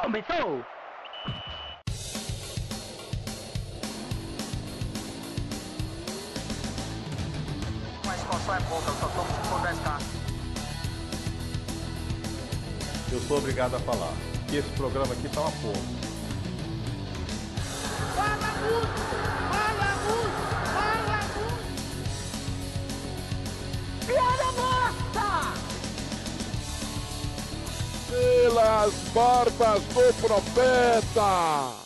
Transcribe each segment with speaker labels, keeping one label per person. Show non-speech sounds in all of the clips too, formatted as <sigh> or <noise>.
Speaker 1: Começou!
Speaker 2: Mas qual só é pouca, eu só tomo se for 10k.
Speaker 3: Eu sou obrigado a falar que esse programa aqui tá uma porra.
Speaker 4: Fala muito! Fala muito! Fala muito! Piada morta!
Speaker 5: pelas barbas do profeta.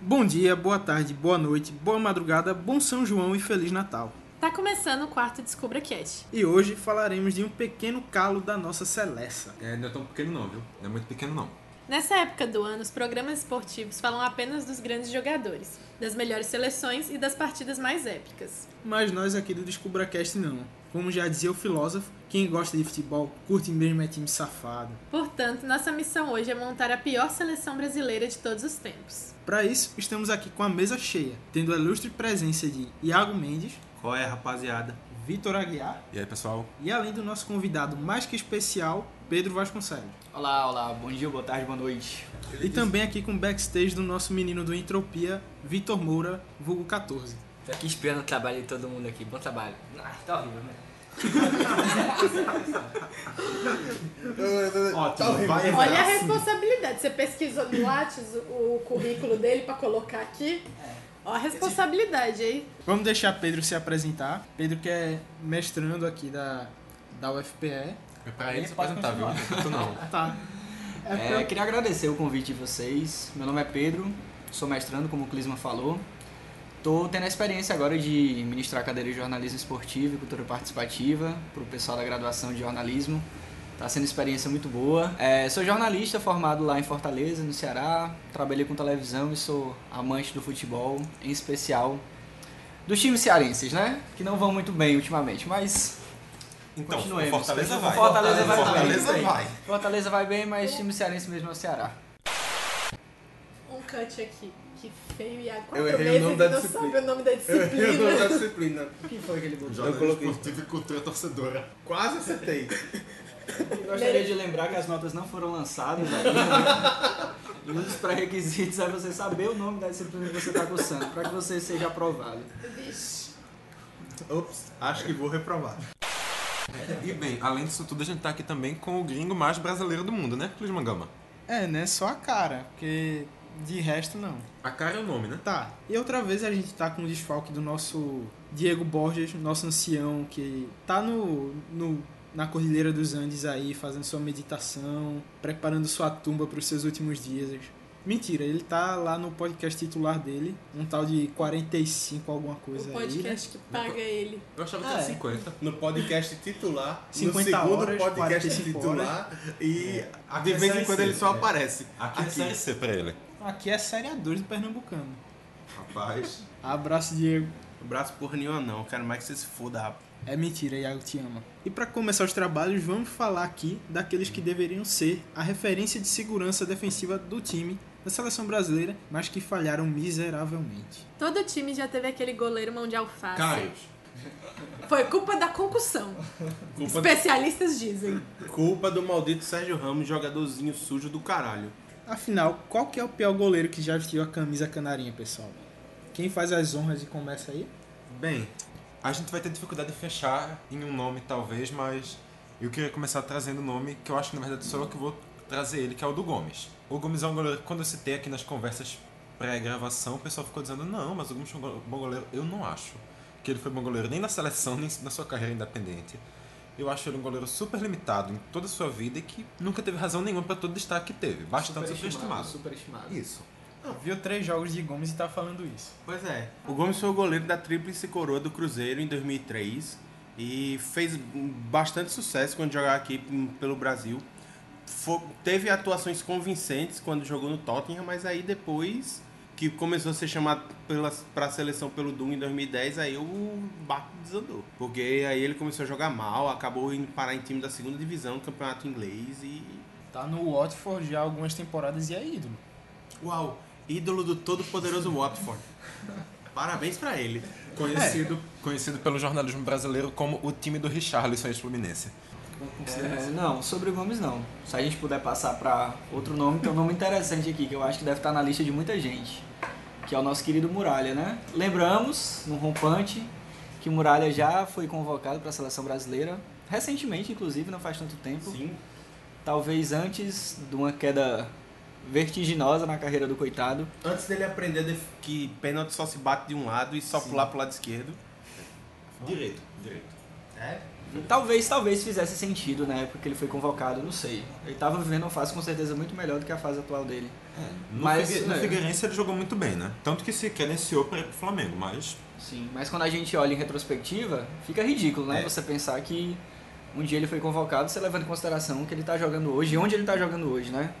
Speaker 6: Bom dia, boa tarde, boa noite, boa madrugada, bom São João e Feliz Natal.
Speaker 7: Tá começando o quarto Descubra Cast.
Speaker 6: E hoje falaremos de um pequeno calo da nossa Celessa.
Speaker 8: É, não é tão pequeno não, viu? Não é muito pequeno não.
Speaker 7: Nessa época do ano, os programas esportivos falam apenas dos grandes jogadores, das melhores seleções e das partidas mais épicas.
Speaker 6: Mas nós aqui do DescubraCast não. Como já dizia o filósofo, quem gosta de futebol curte mesmo é time safado.
Speaker 7: Portanto, nossa missão hoje é montar a pior seleção brasileira de todos os tempos.
Speaker 6: Para isso, estamos aqui com a mesa cheia, tendo a ilustre presença de Iago Mendes,
Speaker 8: Qual é, rapaziada?
Speaker 6: Vitor Aguiar
Speaker 8: E aí, pessoal?
Speaker 6: e além do nosso convidado mais que especial, Pedro Vasconcelos.
Speaker 9: Olá, olá, bom dia, boa tarde, boa noite.
Speaker 6: E também aqui com o backstage do nosso menino do Entropia, Vitor Moura, vulgo 14.
Speaker 9: Tô aqui esperando o trabalho de todo mundo aqui, bom trabalho. Ah, tá horrível, né?
Speaker 8: Ótimo, vai
Speaker 7: Olha a responsabilidade. Você pesquisou no Lattes o, o currículo dele pra colocar aqui? Ó a responsabilidade, hein?
Speaker 6: Vamos deixar Pedro se apresentar. Pedro que é mestrando aqui da, da UFPE.
Speaker 8: É pra ele se apresentar, viu? Tu não.
Speaker 6: Tá.
Speaker 9: É, eu queria agradecer o convite de vocês. Meu nome é Pedro, sou mestrando, como o Clisma falou. Tô tendo a experiência agora de ministrar cadeira de jornalismo esportivo e cultura participativa pro pessoal da graduação de jornalismo. Tá sendo uma experiência muito boa. É, sou jornalista formado lá em Fortaleza, no Ceará. Trabalhei com televisão e sou amante do futebol, em especial dos times cearenses, né? Que não vão muito bem ultimamente, mas
Speaker 8: Então,
Speaker 9: Continuemos.
Speaker 8: Fortaleza vai.
Speaker 9: Fortaleza vai
Speaker 8: Fortaleza
Speaker 9: também.
Speaker 8: vai.
Speaker 9: Fortaleza vai bem, mas time cearense mesmo é o Ceará.
Speaker 7: Um cut aqui. Que feio e há quatro meses que não sabe o nome da disciplina.
Speaker 10: disciplina.
Speaker 9: Quem foi que ele botou?
Speaker 10: coloquei.
Speaker 8: esportivo e cultura torcedora.
Speaker 10: Quase acertei.
Speaker 9: Eu gostaria de lembrar que as notas não foram lançadas ainda. E um dos pré-requisitos é você saber o nome da disciplina que você está cursando, para que você seja aprovado.
Speaker 7: Vixe.
Speaker 10: Ops, acho que vou reprovar.
Speaker 8: E bem, além disso tudo, a gente tá aqui também com o gringo mais brasileiro do mundo, né, Luiz Mangama?
Speaker 6: É, né? Só a cara, porque de resto não.
Speaker 8: A cara é o nome, né?
Speaker 6: Tá. E outra vez a gente tá com o desfalque do nosso Diego Borges, nosso ancião que tá no, no na Cordilheira dos Andes aí, fazendo sua meditação, preparando sua tumba para os seus últimos dias. Mentira, ele tá lá no podcast titular dele, um tal de 45 alguma coisa aí.
Speaker 7: O
Speaker 6: né?
Speaker 7: podcast que paga ele.
Speaker 8: Eu achava que
Speaker 6: Ah,
Speaker 8: era
Speaker 6: é.
Speaker 8: 50.
Speaker 10: No podcast titular, no
Speaker 6: 50
Speaker 10: segundo
Speaker 6: né? horas,
Speaker 10: podcast
Speaker 6: 45
Speaker 10: titular e é
Speaker 8: De vez em quando ele só
Speaker 10: aparece.
Speaker 8: Aqui, é Série C pra ele.
Speaker 6: Aqui é Série A2 do Pernambucano.
Speaker 10: Rapaz.
Speaker 6: Abraço, Diego.
Speaker 10: Braço porra nenhuma não, quero mais que você se foda, rapaz.
Speaker 6: É mentira, Iago te ama. E para começar os trabalhos, vamos falar aqui daqueles que deveriam ser a referência de segurança defensiva do time da seleção brasileira, mas que falharam miseravelmente.
Speaker 7: Todo time já teve aquele goleiro mão de alface.
Speaker 8: Caios.
Speaker 7: Foi culpa da concussão.
Speaker 10: Culpa do,
Speaker 7: Especialistas dizem.
Speaker 10: culpa do maldito Sérgio Ramos, jogadorzinho sujo do caralho.
Speaker 6: Afinal, qual que é o pior goleiro que já vestiu a camisa canarinha, pessoal? Quem faz as honras e começa aí?
Speaker 8: Bem, a gente vai ter dificuldade de fechar em um nome, talvez, mas eu queria começar trazendo o nome que eu acho que na verdade sou eu que vou trazer ele, que é o do Gomes. O Gomes é um goleiro que quando eu citei aqui nas conversas pré-gravação, o pessoal ficou dizendo: não, mas o Gomes foi um go- bom goleiro. Eu não acho que ele foi bom goleiro nem na seleção, nem na sua carreira independente. Eu acho ele um goleiro super limitado em toda a sua vida e que nunca teve razão nenhuma para todo o destaque que teve. Bastante superestimado.
Speaker 9: Superestimado, Superestimado.
Speaker 8: Isso.
Speaker 6: Ah, Viu três jogos de Gomes e tá falando isso.
Speaker 10: Pois é. O Gomes foi o goleiro da Tríplice Coroa do Cruzeiro em 2003 e fez bastante sucesso quando jogava aqui pelo Brasil. Fo- teve atuações convincentes quando jogou no Tottenham, mas aí depois que começou a ser chamado para a seleção pelo Doom em 2010, aí o barco desandou. Porque aí ele começou a jogar mal, acabou indo parar em time da segunda divisão do campeonato inglês e
Speaker 6: Tá no Watford já há algumas temporadas e é ídolo.
Speaker 10: Uau, ídolo do todo-poderoso Watford. Parabéns pra ele. É,
Speaker 8: É. Conhecido, conhecido pelo jornalismo brasileiro como o time do Richarlison ex-Fluminense.
Speaker 9: É, não, sobre o Gomes não. Se a gente puder passar para outro nome, tem um nome interessante aqui, que eu acho que deve estar na lista de muita gente, que é o nosso querido Muralha, né? Lembramos, no rompante, que o Muralha já foi convocado para a seleção brasileira, recentemente, inclusive, não faz tanto tempo.
Speaker 10: Sim.
Speaker 9: Talvez antes de uma queda vertiginosa na carreira do coitado.
Speaker 10: Antes dele aprender a def- que pênalti só se bate de um lado e só pular pro lado esquerdo.
Speaker 8: Direito, direito.
Speaker 9: Talvez, talvez fizesse sentido na época que ele foi convocado, não sei. Ele tava vivendo uma fase com certeza muito melhor do que a fase atual dele.
Speaker 8: No,
Speaker 9: Mas,
Speaker 8: Figue- no
Speaker 9: né?
Speaker 8: Figueirense ele jogou muito bem, né? Tanto que se credenciou para ir pro Flamengo, mas
Speaker 9: Sim, mas quando a gente olha em retrospectiva, fica ridículo, né?
Speaker 8: É.
Speaker 9: Você pensar que um dia ele foi convocado, você levando em consideração o que ele tá jogando hoje e onde ele tá jogando hoje, né?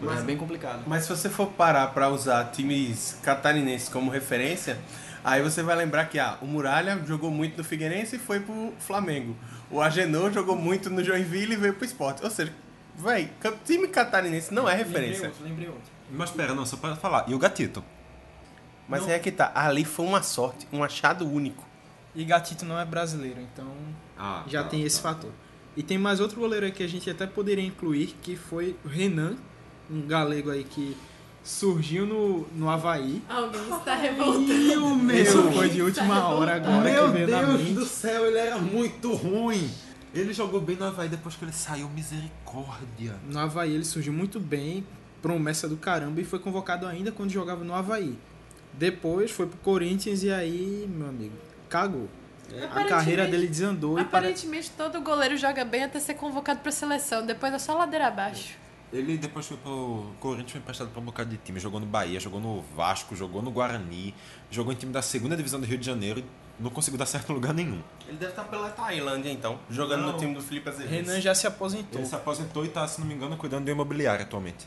Speaker 9: Mas é bem complicado.
Speaker 10: Mas se você for parar pra usar times catarinenses como referência, aí você vai lembrar que ah, o Muralha jogou muito no Figueirense e foi pro Flamengo. O Agenor jogou muito no Joinville e veio pro Sport. Ou seja, véi, ca- time catarinense não é
Speaker 6: Lembrei
Speaker 10: referência.
Speaker 6: outro, lembrei outro.
Speaker 8: mas pera, não, só para falar. E o Gatito?
Speaker 10: Mas aí é que tá, ali foi uma sorte, um achado único.
Speaker 6: E Gatito não é brasileiro, então
Speaker 8: Ah,
Speaker 6: já tem esse fator. E tem mais outro goleiro aí que a gente até poderia incluir, que foi o Renan, um galego aí que surgiu no, no Havaí.
Speaker 7: Alguém está revoltado.
Speaker 6: E o meu
Speaker 7: Isso
Speaker 6: foi de última hora agora que veio na mente.
Speaker 8: céu, ele era muito ruim. Ele jogou bem no Havaí depois que ele saiu, misericórdia.
Speaker 6: No Havaí ele surgiu muito bem, promessa do caramba, e foi convocado ainda quando jogava no Havaí. Depois foi pro Corinthians e aí, meu amigo, cagou. A
Speaker 7: Aparentemente-
Speaker 6: carreira dele desandou e pare...
Speaker 7: Aparentemente todo goleiro joga bem até ser convocado pra seleção. Depois é só ladeira abaixo.
Speaker 8: Ele depois foi pro Corinthians, foi emprestado pra um bocado de time. Jogou no Bahia, jogou no Vasco, jogou no Guarani, jogou em time da segunda divisão do Rio de Janeiro. e Não conseguiu dar certo em lugar nenhum.
Speaker 10: Ele deve estar pela Tailândia então, jogando no time do Felipe Azevedo.
Speaker 6: Renan já se aposentou.
Speaker 8: Ele se aposentou e tá, se não me engano, cuidando de imobiliário atualmente.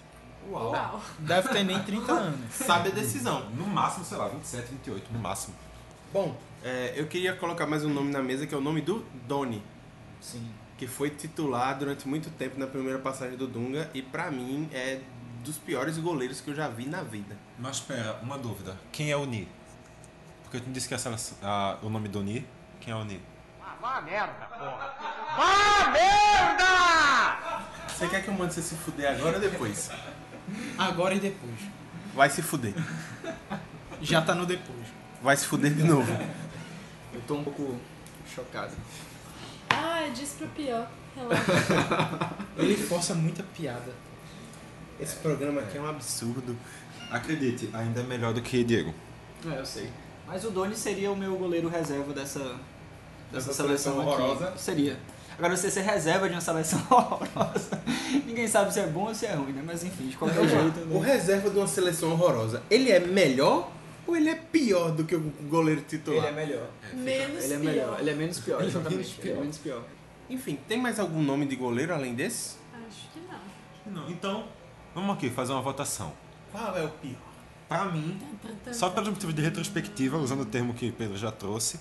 Speaker 7: Uau.
Speaker 6: Deve ter nem 30 anos.
Speaker 10: sabe a decisão.
Speaker 8: No máximo, sei lá, 27, 28, no máximo.
Speaker 10: Bom, é, eu queria colocar mais um nome na mesa que é o nome do Doni,
Speaker 6: Sim.
Speaker 10: que foi titular durante muito tempo na primeira passagem do Dunga e pra mim é dos piores goleiros que eu já vi na vida.
Speaker 8: Mas pera, uma dúvida. Quem é o Ni? Porque tu me disse que essa, a, o nome do Ni. Quem é o Ni?
Speaker 10: Você quer que eu mande você se fuder agora ou depois? <laughs>
Speaker 6: Agora e depois.
Speaker 10: Vai se fuder.
Speaker 6: Já tá no depois.
Speaker 10: Vai se fuder de novo.
Speaker 9: <laughs> Eu tô um pouco chocado.
Speaker 7: Ah, eu disse pro
Speaker 8: <laughs>
Speaker 7: pior. Relaxa.
Speaker 6: Ele força muita piada.
Speaker 10: Esse programa aqui é um absurdo.
Speaker 8: Acredite, ainda é melhor do que Diego.
Speaker 9: É, eu sei. Mas o Doni seria o meu goleiro reserva dessa, dessa
Speaker 10: Dessa
Speaker 9: seleção,
Speaker 10: seleção
Speaker 9: aqui.
Speaker 10: horrorosa.
Speaker 9: Seria. Agora você ser reserva de uma seleção <laughs> horrorosa. Ninguém sabe se é bom ou se é ruim, né? Mas enfim, de qualquer jeito.
Speaker 10: O reserva de uma seleção horrorosa, ele é melhor ou ele é pior do que o goleiro titular?
Speaker 9: melhor.
Speaker 7: Menos
Speaker 9: Ele é
Speaker 7: pior.
Speaker 9: melhor. Ele é menos pior, exatamente. Ele é menos pior.
Speaker 10: Enfim, tem mais algum nome de goleiro além desse?
Speaker 7: Acho que não.
Speaker 8: Então, vamos aqui fazer uma votação.
Speaker 10: Qual é o pior?
Speaker 8: Pra mim, só pelo motivo de retrospectiva, usando o termo que o Pedro já trouxe,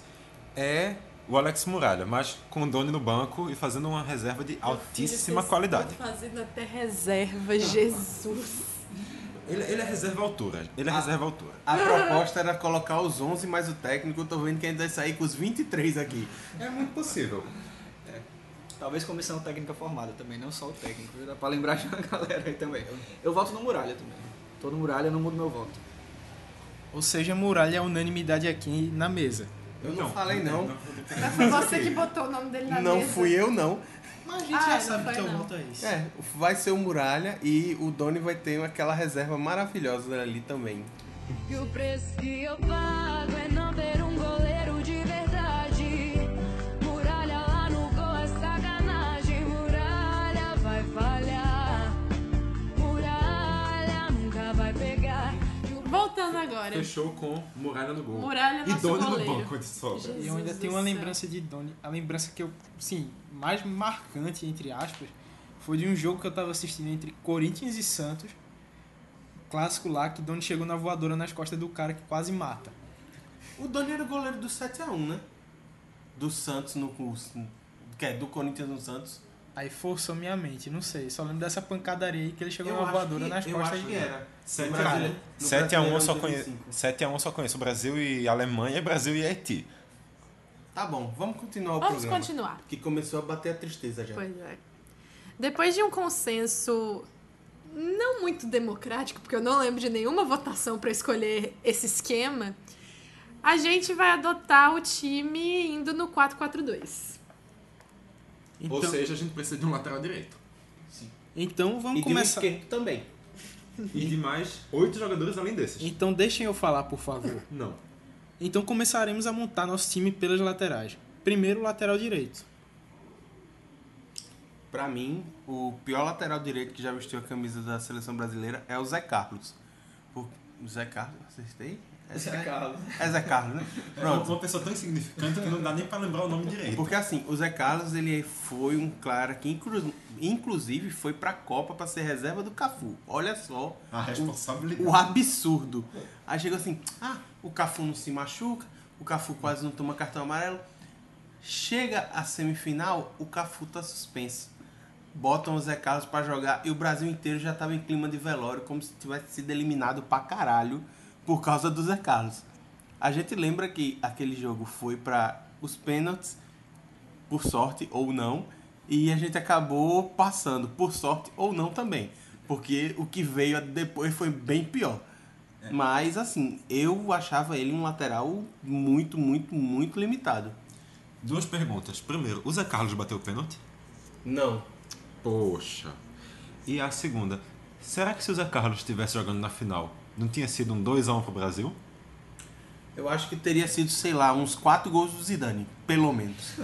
Speaker 8: é o Alex Muralha, mas com o Doni no banco e fazendo uma reserva de altíssima qualidade.
Speaker 7: Fazendo até reserva, Jesus.
Speaker 8: Ele, ele é reserva à altura. Ele é reserva à altura.
Speaker 10: A proposta era colocar os 11 mais o técnico. Eu tô vendo que a gente vai sair com os 23 aqui.
Speaker 8: É muito possível.
Speaker 9: Talvez comissão técnica formada também, não só o técnico, viu? Dá pra lembrar de uma <laughs> galera aí também. Eu voto no Muralha também. Tô no Muralha, não mudo meu voto.
Speaker 6: Ou seja, muralha é unanimidade aqui na mesa.
Speaker 10: Eu não, falei não.
Speaker 7: Mas foi você que botou o nome dele na
Speaker 10: Não
Speaker 7: mesa.
Speaker 10: fui eu, não.
Speaker 6: Mas a
Speaker 7: gente Ah, já não sabe foi, que teu não. voto
Speaker 6: é isso.
Speaker 10: É, vai ser o Muralha e o Doni vai ter aquela reserva maravilhosa ali também.
Speaker 1: E o preço que eu pago é não ter um goleiro de verdade. Muralha lá no gol é sacanagem. Muralha vai falhar. Muralha nunca vai pegar. E o
Speaker 7: Voltando agora.
Speaker 8: Fechou com Muralha no gol.
Speaker 7: Muralha
Speaker 8: e
Speaker 7: nosso
Speaker 8: Doni no
Speaker 7: goleiro.
Speaker 8: banco de sobra.
Speaker 7: Jesus
Speaker 6: Eu ainda
Speaker 7: do
Speaker 6: tenho uma
Speaker 7: céu.
Speaker 6: lembrança de Doni. A lembrança que eu, sim, mais marcante, entre aspas, foi de um jogo que eu tava assistindo entre Corinthians e Santos. Clássico lá, que Doni chegou na voadora nas costas do cara que quase mata.
Speaker 10: O Doni era o goleiro do 7x1, né? Do Santos no. Que é do Corinthians no Santos.
Speaker 6: Aí forçou minha mente, não sei. Só lembro dessa pancadaria aí que ele chegou
Speaker 10: Eu
Speaker 6: na
Speaker 10: acho
Speaker 6: voadora
Speaker 10: que-
Speaker 6: nas
Speaker 10: eu
Speaker 6: costas
Speaker 10: acho
Speaker 6: dele.
Speaker 10: que era.
Speaker 8: Sete
Speaker 10: No
Speaker 8: a um.
Speaker 10: Brasileiro- no um
Speaker 8: 7 a 1 eu só
Speaker 10: Brasileirão de
Speaker 8: um conheço.
Speaker 10: 2005.
Speaker 8: 7 a 1 eu só conheço Brasil e Alemanha, Brasil e Haiti.
Speaker 10: Tá bom, vamos continuar o
Speaker 7: Vamos
Speaker 10: programa.
Speaker 7: continuar.
Speaker 10: Que começou a bater a tristeza já.
Speaker 7: Pois é. Depois de um consenso não muito democrático, porque eu não lembro de nenhuma votação para escolher esse esquema, a gente vai adotar o time indo no 4-4-2.
Speaker 11: Ou
Speaker 8: Então-
Speaker 11: seja, a gente precisa de um lateral direito.
Speaker 6: Então vamos
Speaker 10: e
Speaker 6: começar.
Speaker 10: de um esquerdo também.
Speaker 8: E de mais oito jogadores além desses.
Speaker 6: Então deixem eu falar, por favor.
Speaker 8: Não.
Speaker 6: Então começaremos a montar nosso time pelas laterais. Primeiro, o lateral direito.
Speaker 10: Pra mim, o pior lateral direito que já vestiu a camisa da seleção brasileira é o Zé Carlos. Por... Zé Carlos, acertei? É Zé Carlos. É Zé Carlos, né? Pronto.
Speaker 8: Uma pessoa tão insignificante que não dá nem pra lembrar o nome direito.
Speaker 10: Porque assim, o Zé Carlos ele foi um cara que inclu- inclusive foi pra Copa pra ser reserva do Cafu. Olha só
Speaker 11: A responsabilidade.
Speaker 10: o absurdo. Aí chegou assim, ah, o Cafu não se machuca, o Cafu quase não toma cartão amarelo. Chega a semifinal, o Cafu tá suspenso. Botam o Zé Carlos pra jogar e o Brasil inteiro já tava em clima de velório, como se tivesse sido eliminado pra caralho por causa do Zé Carlos. A gente lembra que aquele jogo foi pra os pênaltis, por sorte ou não, e a gente acabou passando, por sorte ou não também, porque o que veio depois foi bem pior. Mas assim, eu achava ele um lateral muito, muito, muito limitado.
Speaker 8: Duas perguntas. Primeiro, o Zé Carlos bateu o pênalti?
Speaker 10: Não.
Speaker 8: Poxa. E a segunda, será que se o Zé Carlos estivesse jogando na final, não tinha sido um 2x1 pro Brasil?
Speaker 10: Eu acho que teria sido, sei lá, uns quatro gols do Zidane, pelo menos.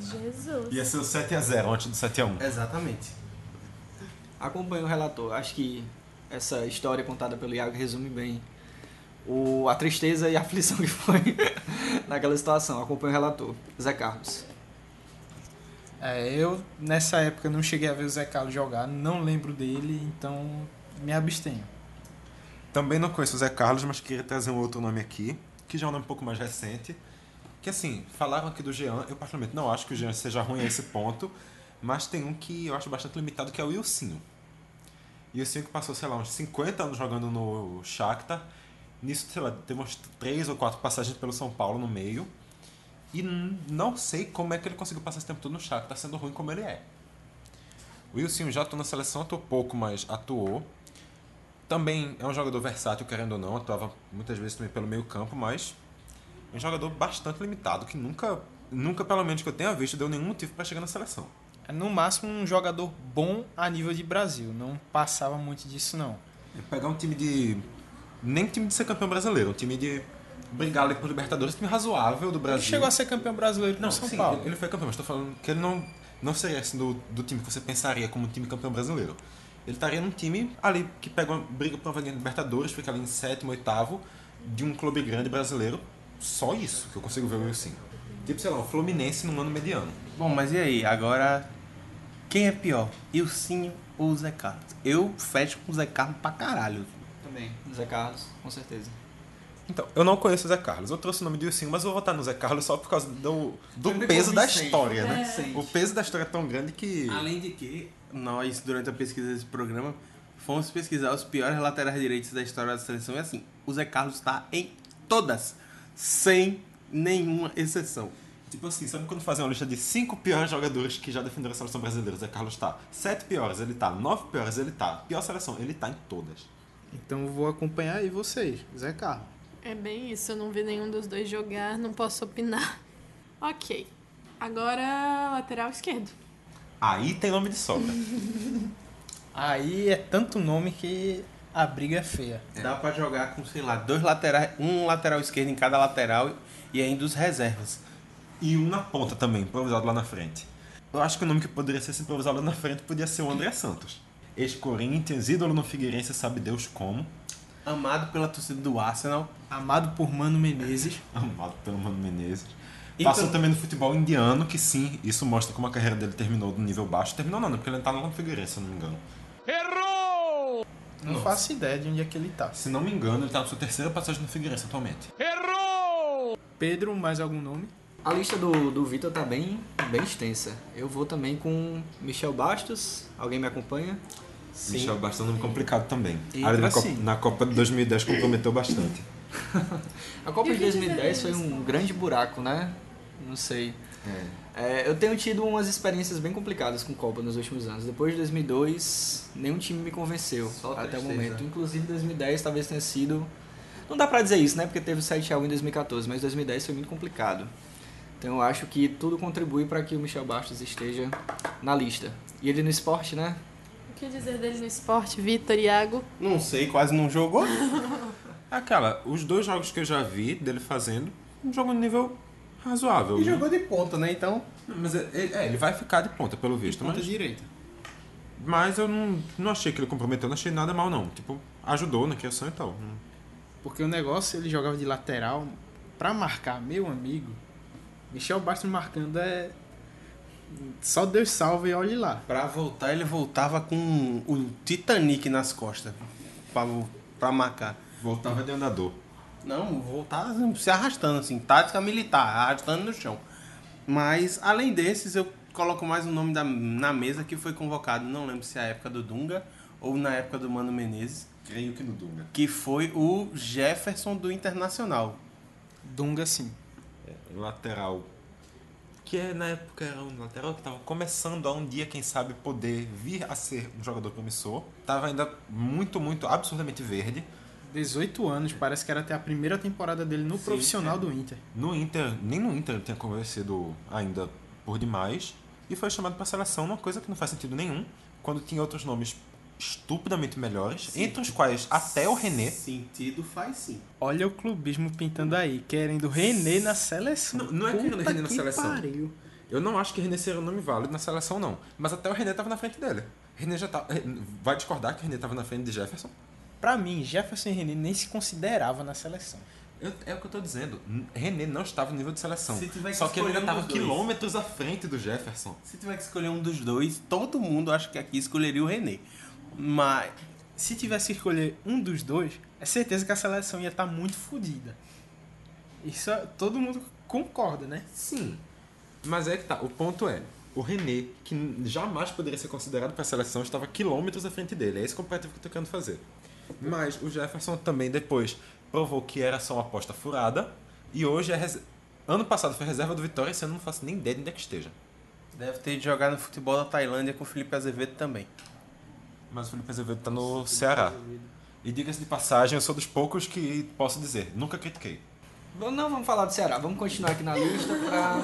Speaker 7: Jesus.
Speaker 8: Ia ser um o 7x0 antes do 7x1.
Speaker 10: <laughs> Exatamente.
Speaker 9: Acompanho o relator. Acho que essa história contada pelo Iago resume bem o, a tristeza e a aflição que foi <laughs> naquela situação. Acompanho o relator, Zé Carlos.
Speaker 6: É, eu nessa época não cheguei a ver o Zé Carlos jogar, não lembro dele, então me abstenho.
Speaker 8: Também não conheço o Zé Carlos, mas queria trazer um outro nome aqui, que já é um nome um pouco mais recente. Que assim, falaram aqui do Jean, eu particularmente não acho que o Jean seja ruim a esse ponto, mas tem um que eu acho bastante limitado, que é o Ilcinho. Ilcinho que passou, sei lá, uns 50 anos jogando no Shakhtar. Nisso, sei lá, teve umas 3 ou quatro passagens pelo São Paulo no meio. E n- não sei como é que ele conseguiu passar esse tempo todo no Shakhtar, sendo ruim como ele é. O Wilson já atuou na seleção, atuou pouco, mas atuou. Também é um jogador versátil, querendo ou não, atuava muitas vezes também pelo meio campo, mas é um jogador bastante limitado, que nunca, nunca pelo menos que eu tenha visto, deu nenhum motivo para chegar na seleção.
Speaker 6: É, No máximo um jogador bom a nível de Brasil, não passava muito disso não.
Speaker 8: É pegar um time de... nem time de ser campeão brasileiro, um time de brigar ali por Libertadores, um time razoável do
Speaker 6: Ele
Speaker 8: Brasil.
Speaker 6: chegou a ser campeão brasileiro com
Speaker 8: Não,
Speaker 6: São
Speaker 8: sim,
Speaker 6: Paulo.
Speaker 8: ele- ele foi campeão, mas tô falando que ele não, não seria assim do, do time que você pensaria como um time campeão brasileiro. Ele estaria num time ali que pega uma briga pra vaga em Libertadores, fica ali em sétimo, oitavo, de um clube grande brasileiro. Só isso que eu consigo ver o Wilson. Tipo, sei lá, o Fluminense num ano mediano.
Speaker 10: Bom, mas e aí? Agora, quem é pior? Ilcinho ou o Zé Carlos? Eu fecho com o Zé Carlos pra caralho.
Speaker 9: Também, Zé Carlos, com certeza.
Speaker 8: Então, eu não conheço o Zé Carlos. Eu trouxe o nome de Wilson, mas eu vou votar no Zé Carlos só por causa do, do
Speaker 9: Também
Speaker 8: peso da
Speaker 9: convincente.
Speaker 8: história, né?
Speaker 9: Convincente.
Speaker 8: O peso da história é tão grande que.
Speaker 10: Além de que, nós, durante a pesquisa desse programa, fomos pesquisar os piores laterais direitos da história da seleção. E assim, o Zé Carlos tá em todas, sem nenhuma exceção.
Speaker 8: Tipo assim, sabe quando fazem uma lista de cinco piores jogadores que já defenderam a seleção brasileira? O Zé Carlos tá. Sete piores ele tá. Nove piores ele tá. Pior seleção, ele tá em todas.
Speaker 6: Então vou acompanhar aí vocês, Zé Carlos.
Speaker 7: É bem isso, eu não vi nenhum dos dois jogar, não posso opinar. <laughs> Ok. Agora, lateral esquerdo.
Speaker 8: Aí tem nome de sobra.
Speaker 6: Aí é tanto nome que a briga é feia.
Speaker 10: Dá pra jogar com, sei lá, dois laterais, um lateral esquerdo em cada lateral e ainda os reservas.
Speaker 8: e um na ponta também, improvisado lá na frente. Eu acho que o nome que poderia ser esse improvisado lá na frente podia ser o André Santos. Ex-Corinthians, ídolo no Figueirense, sabe Deus como. <laughs>
Speaker 10: Amado pela torcida do Arsenal,
Speaker 6: Amado por Mano Menezes.
Speaker 8: Amado pelo Mano Menezes.
Speaker 10: Então-
Speaker 8: Passou também no futebol indiano, que sim, isso mostra como a carreira dele terminou do nível baixo. Terminou não, né? porque ele tá lá no Figueirense, se eu não me engano.
Speaker 6: Não
Speaker 8: Nossa.
Speaker 6: faço ideia de onde é que ele tá.
Speaker 8: Se não me engano, ele tá na sua terceira passagem no Figueirense atualmente.
Speaker 6: Pedro, mais algum nome?
Speaker 9: A lista do, do Vitor tá bem, bem extensa. Eu vou também com Michel Bastos. Alguém me acompanha?
Speaker 8: Sim. assim- Michel Bastos é um nome complicado também.
Speaker 9: Entra
Speaker 8: Ali na,
Speaker 9: sim.
Speaker 8: Copa, na Copa de 2010 comprometeu bastante.
Speaker 9: A Copa
Speaker 7: E o
Speaker 9: de
Speaker 7: que
Speaker 9: 2010 foi um grande buraco, né? Não sei. É, eu tenho tido umas experiências bem complicadas com Copa nos últimos anos. Depois de 2002, nenhum time me convenceu até
Speaker 12: tristeza.
Speaker 9: o momento. Inclusive 2010 talvez tenha sido. Não dá pra dizer isso, né? Porque teve o 7 a 1 em 2014, mas 2010 foi muito complicado. Então eu acho que tudo contribui para que o Michel Bastos esteja na lista. E ele no esporte, né?
Speaker 7: O que dizer dele no esporte, Vitor e Iago?
Speaker 10: Não sei, quase não jogou.
Speaker 8: Aquela, os dois jogos que eu já vi dele fazendo, um jogo no nível razoável.
Speaker 10: E jogou de ponta, né? Então.
Speaker 8: Mas é, é- é, ele vai ficar de ponta, pelo visto.
Speaker 6: ponta
Speaker 8: mas...
Speaker 6: direita.
Speaker 8: Mas eu não, não achei que ele comprometeu, não achei nada mal, não. Tipo, ajudou na criação e tal.
Speaker 6: Porque o negócio, ele jogava de lateral pra marcar, meu amigo. Michel Bastos marcando é. Só Deus salve e olhe lá.
Speaker 10: Pra voltar, ele voltava com o Titanic nas costas. Pra, pra marcar.
Speaker 8: Voltava de andador.
Speaker 10: Não, voltava se arrastando, assim. Tática militar, arrastando no chão. Mas, além desses, eu coloco mais um nome da- na mesa que foi convocado. Não lembro se é a época do Dunga ou na época do Mano Menezes.
Speaker 8: Creio que no Dunga.
Speaker 10: Que foi o Jefferson do Internacional.
Speaker 6: Dunga, sim.
Speaker 8: Lateral. Que é, na época era um lateral que tava começando a um dia, quem sabe, poder vir a ser um jogador promissor. Tava ainda muito, muito, absurdamente verde.
Speaker 6: 18 anos, parece que era até a primeira temporada dele no profissional do Inter.
Speaker 8: No Inter, nem no Inter ele tinha convencido ainda por demais. E foi chamado pra seleção, uma coisa que não faz sentido nenhum, quando tinha outros nomes estupidamente melhores,
Speaker 10: Sim.
Speaker 8: entre os quais até o René.
Speaker 10: Sentido faz sim.
Speaker 6: Olha o clubismo pintando aí, querendo René na seleção.
Speaker 8: Não, não é querendo
Speaker 6: Puta
Speaker 8: René na
Speaker 6: que
Speaker 8: seleção.
Speaker 6: pariu.
Speaker 8: Eu não acho que René seria um nome válido na seleção, não. Mas até o René tava na frente dele. René já tá. eh, Vai discordar que o René tava na frente de Jefferson?
Speaker 6: Pra mim, Jefferson e René nem se considerava na seleção.
Speaker 8: Eu- é o que eu tô dizendo. N- René não estava no nível de seleção.
Speaker 10: Se tiver que
Speaker 8: Só que ele ainda
Speaker 10: escolher um
Speaker 8: tava
Speaker 10: dos dois.
Speaker 8: quilômetros à frente do Jefferson.
Speaker 10: Se tiver que escolher um dos dois, todo mundo acho que aqui escolheria o René. Mas.
Speaker 6: Se tivesse que escolher um dos dois, é certeza que a seleção ia estar muito fodida. Isso é- todo mundo concorda, né?
Speaker 8: Sim. Mas é que tá. O ponto é. O René, que n- jamais poderia ser considerado pra seleção, estava quilômetros à frente dele. É esse comparativo que eu tô querendo fazer. Mas o Jefferson também depois provou que era só uma aposta furada. E hoje é. res- Ano passado foi reserva do Vitória, esse ano eu não faço nem ideia de onde é que esteja.
Speaker 10: Deve ter de jogar no futebol da Tailândia com o Felipe Azevedo também.
Speaker 8: Mas o Felipe Azevedo tá no Ceará. E diga-se de passagem, eu sou dos poucos que posso dizer, nunca critiquei.
Speaker 9: Vamos- Não vamos falar do Ceará, vamos continuar aqui na lista pra,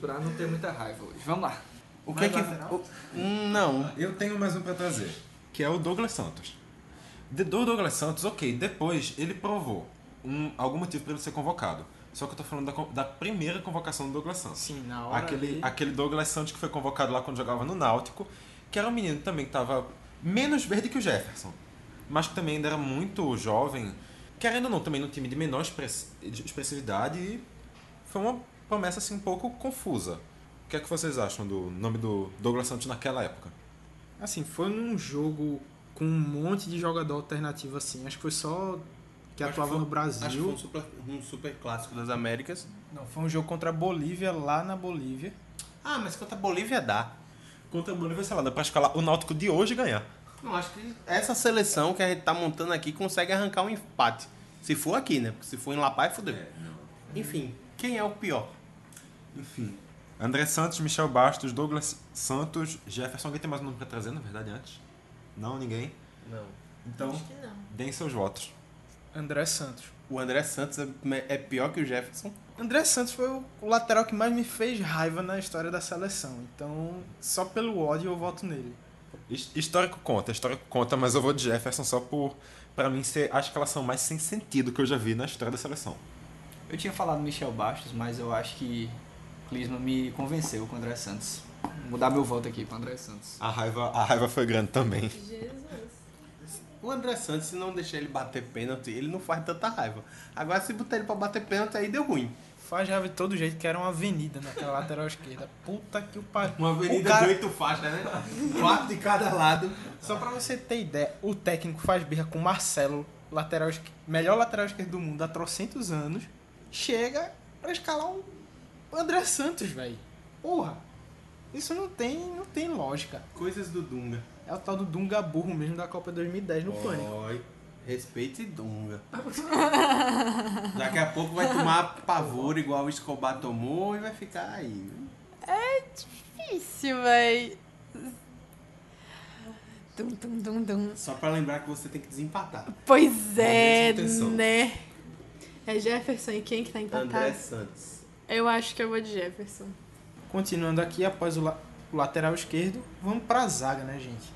Speaker 9: pra não ter muita raiva hoje. Vamos lá.
Speaker 10: O
Speaker 8: que é que-
Speaker 10: Não.
Speaker 8: Eu tenho mais um pra trazer, que é o Douglas Santos. De, do Douglas Santos, ok, depois ele provou um, algum motivo pra ele ser convocado. Só que eu tô falando da, con- da primeira convocação do Douglas Santos.
Speaker 6: Sim, na hora
Speaker 8: Aquele,
Speaker 6: ali-
Speaker 8: aquele Douglas Santos que foi convocado lá quando jogava no Náutico, que era um menino também que tava menos verde que o Jefferson, mas que também ainda era muito jovem, querendo ou não, também num time de menor express- de expressividade, e foi uma promessa assim um pouco confusa. O que é que vocês acham do nome do Douglas Santos naquela época?
Speaker 6: Assim, foi num jogo com um monte de jogador alternativo, assim. Acho que foi só que
Speaker 10: Acho
Speaker 6: atuava
Speaker 10: foi-
Speaker 6: no Brasil.
Speaker 10: Acho que foi um super, um super clássico das Américas.
Speaker 6: Não, foi um jogo contra a Bolívia, lá na Bolívia.
Speaker 10: Ah, mas contra a Bolívia dá.
Speaker 8: Contra a Bolívia, sei lá, dá pra escalar o Náutico de hoje e ganhar.
Speaker 10: Não, acho que essa seleção que a gente tá montando aqui consegue arrancar um empate. Se for aqui, né? Porque se for em La Paz, fodeu. Enfim, quem é o pior?
Speaker 8: Enfim. André Santos, Michel Bastos, Douglas Santos, Jefferson. Alguém tem mais um nome pra trazer, na verdade, antes? Não, ninguém?
Speaker 10: Não.
Speaker 8: Então,
Speaker 7: que não.
Speaker 8: deem seus votos.
Speaker 6: André Santos.
Speaker 10: O André Santos é é pior que o Jefferson.
Speaker 6: André Santos foi o o lateral que mais me fez raiva na história da seleção. Então, só pelo ódio eu voto nele.
Speaker 8: His- Histórico conta, histórico conta, mas eu vou de Jefferson só por, pra mim, ser a escalação mais sem sentido que eu já vi na história da seleção.
Speaker 9: Eu tinha falado Michel Bastos, mas eu acho que o Klinsmann me convenceu com o André Santos. Vou mudar meu voto aqui para André Santos.
Speaker 8: A raiva, a raiva foi grande também.
Speaker 10: O André Santos, se não deixar ele bater pênalti, ele não faz tanta raiva. Agora, se botar ele pra bater pênalti, aí deu ruim.
Speaker 6: Faz raiva de todo jeito, que era uma avenida naquela lateral esquerda. Puta que o pariu.
Speaker 10: Uma
Speaker 6: O
Speaker 10: avenida
Speaker 6: cara-
Speaker 10: de oito faixas, né? Quatro de cada lado.
Speaker 6: Só pra você ter ideia, o técnico faz birra com o Marcelo, lateral esque- melhor lateral esquerdo do mundo há trocentos anos, chega pra escalar um André Santos, velho. Porra! Isso não tem, não tem lógica.
Speaker 10: Coisas do Dunga.
Speaker 6: É o tal do Dunga burro mesmo da Copa 2010 no pânico.
Speaker 10: Oi. Respeite Dunga. Daqui a pouco vai tomar pavor igual o Escobar tomou e vai ficar aí, né?
Speaker 7: É difícil, véi. Dum, dum, dum, dum.
Speaker 10: Só pra lembrar que você tem que desempatar.
Speaker 7: Pois é,
Speaker 10: Momento de tensão.
Speaker 7: né? É Jefferson e quem que tá empatado?
Speaker 10: André Santos.
Speaker 7: Eu acho que eu vou de Jefferson.
Speaker 6: Continuando aqui, após o, la- o lateral esquerdo, vamos pra zaga, né, gente?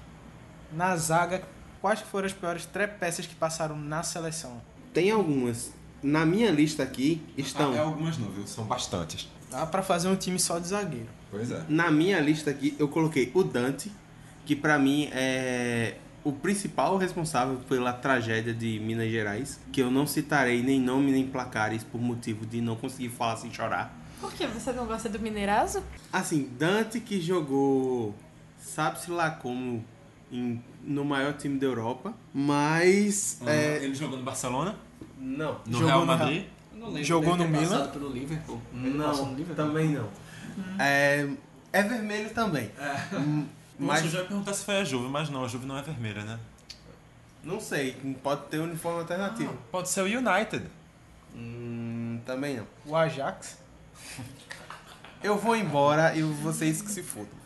Speaker 6: Na zaga, quais que foram as piores peças que passaram na seleção?
Speaker 10: Tem algumas. Na minha lista aqui estão.
Speaker 8: É algumas não, viu? São bastantes.
Speaker 6: Dá pra fazer um time só de zagueiro.
Speaker 8: Pois é.
Speaker 10: Na minha lista aqui eu coloquei o Dante, que pra mim é o principal responsável pela tragédia de Minas Gerais, que eu não citarei nem nome nem placares por motivo de não conseguir falar sem chorar.
Speaker 7: Por que você não gosta do Mineirazo?
Speaker 10: Assim, Dante que jogou, sabe-se lá como, em- no maior time da Europa, mas.
Speaker 8: Hum,
Speaker 10: é,
Speaker 8: Ele jogou no Barcelona?
Speaker 10: não.
Speaker 8: No
Speaker 6: Jogou
Speaker 8: Real
Speaker 6: no
Speaker 8: Madrid?
Speaker 6: Real-
Speaker 9: Eu não lembro,
Speaker 6: Jogou
Speaker 9: deve
Speaker 6: no
Speaker 9: ter passado
Speaker 6: Milan.
Speaker 9: pelo Liverpool. Ele tá passou
Speaker 10: Não,
Speaker 9: no Liverpool.
Speaker 10: também não. É, é vermelho também. Hum,
Speaker 8: Mas...
Speaker 10: <laughs> Mas
Speaker 8: eu já ia perguntar se foi a Juve, mas não, a Juve não é vermelha, né?
Speaker 10: não sei, pode ter uniforme alternativo.
Speaker 8: Pode ser o United.
Speaker 10: Hum, também não.
Speaker 6: O Ajax.
Speaker 10: Eu vou embora e vocês que se fodam.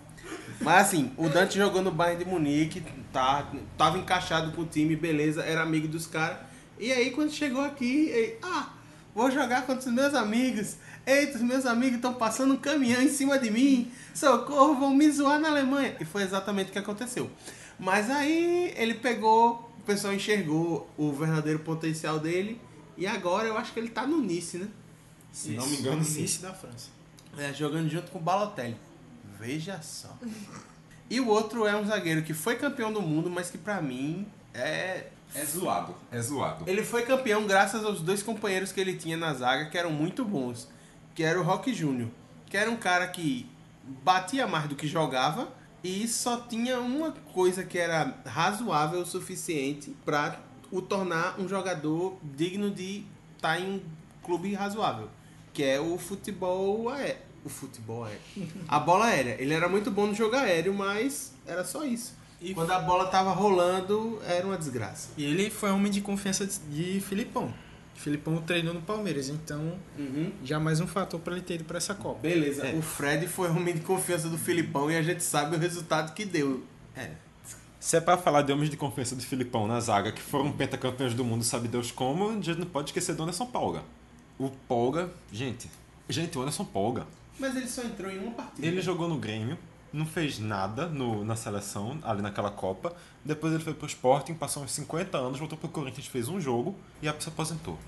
Speaker 10: Mas assim, o Dante jogou no Bayern de Munique, tá, tava encaixado com o time, beleza, era amigo dos caras. E aí quando chegou aqui, ele, ah, vou jogar contra os meus amigos. Eita, os meus amigos estão passando um caminhão em cima de mim. Socorro, vão me zoar na Alemanha. E foi exatamente o que aconteceu. Mas aí ele pegou, o pessoal enxergou o verdadeiro potencial dele. E agora eu acho que ele tá no Nice, né?
Speaker 8: Se não me engano, sim.
Speaker 6: Início da França.
Speaker 10: É, jogando junto com o Balotelli. Veja só. E o outro é um zagueiro que foi campeão do mundo, mas que pra mim é.
Speaker 8: É zoado. É zoado.
Speaker 10: Ele foi campeão graças aos dois companheiros que ele tinha na zaga, que eram muito bons. Que era o Rock Júnior, que era um cara que batia mais do que jogava e só tinha uma coisa que era razoável o suficiente pra o tornar um jogador digno de estar em um clube razoável, que é o futebol aéreo. O futebol aéreo. A bola aérea. Ele era muito bom no jogo aéreo, mas era só isso. E quando a bola tava rolando, era uma desgraça.
Speaker 6: E ele foi homem de confiança de de Filipão. Filipão treinou no Palmeiras, então
Speaker 10: Uhum.
Speaker 6: já mais um fator pra ele ter ido pra essa Copa.
Speaker 10: Beleza,
Speaker 8: É.
Speaker 10: o Fred foi um homem de confiança do Filipão e a gente sabe o resultado que deu. É.
Speaker 8: Se é pra falar de homens de confiança do Filipão na zaga, que foram pentacampeões do mundo, sabe Deus como, a gente não pode esquecer do Anderson Polga. O Polga, gente, gente, o Anderson Polga.
Speaker 10: Mas ele só entrou em uma partida.
Speaker 8: Ele jogou no Grêmio, não fez nada no- na seleção, ali naquela Copa. Depois ele foi pro Sporting, passou uns 50 anos, voltou pro Corinthians, fez um jogo e aí se aposentou.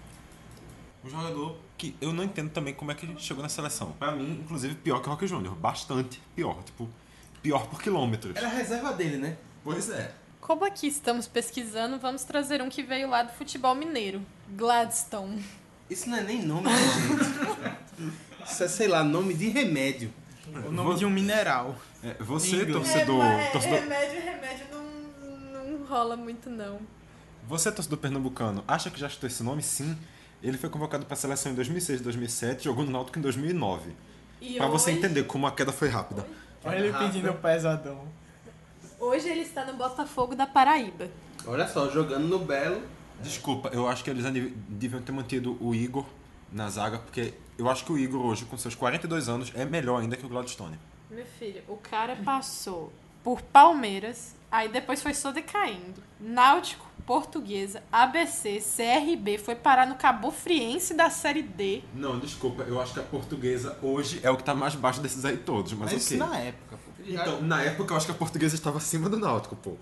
Speaker 8: Um jogador que eu não entendo também como é que ele chegou na seleção. Pra mim, inclusive, pior que o Rock Júnior. Bastante pior. Tipo, pior por quilômetros.
Speaker 10: Era a reserva dele, né?
Speaker 8: Pois é.
Speaker 7: Como aqui estamos pesquisando, vamos trazer um que veio lá do futebol mineiro. Gladstone.
Speaker 10: Isso não é nem nome, né, <laughs> gente. Isso é, sei lá, nome de remédio.
Speaker 6: O nome de um mineral.
Speaker 8: É, você,
Speaker 10: Inglês.
Speaker 8: torcedor,
Speaker 7: É,
Speaker 8: torcedor-
Speaker 7: remédio, remédio não, não rola muito, não.
Speaker 8: Você, torcedor pernambucano, acha que já escutou esse nome? Sim. Ele foi convocado pra seleção em 2006, 2007, jogou no Náutico em 2009.
Speaker 7: E
Speaker 8: Pra você
Speaker 7: hoje-
Speaker 8: entender como a queda foi rápida.
Speaker 6: Olha ele pedindo pesadão.
Speaker 7: Hoje ele está no Botafogo da Paraíba.
Speaker 10: Olha só, jogando no Belo.
Speaker 8: Desculpa, eu acho que eles ani- deviam ter mantido o Igor na zaga, porque eu acho que o Igor hoje, com seus 42 anos, é melhor ainda que o Gladstone.
Speaker 7: Meu filho, o cara passou por Palmeiras, aí depois foi só decaindo. Náutico, Portuguesa, ABC, CRB, foi parar no Cabo Friense da Série D.
Speaker 8: Não, desculpa, eu acho que a portuguesa hoje é o que tá mais baixo desses aí todos, mas,
Speaker 6: Mas isso
Speaker 8: ok.
Speaker 6: na época, pô.
Speaker 8: Então, na época eu acho que a portuguesa estava acima do Náutico, pô.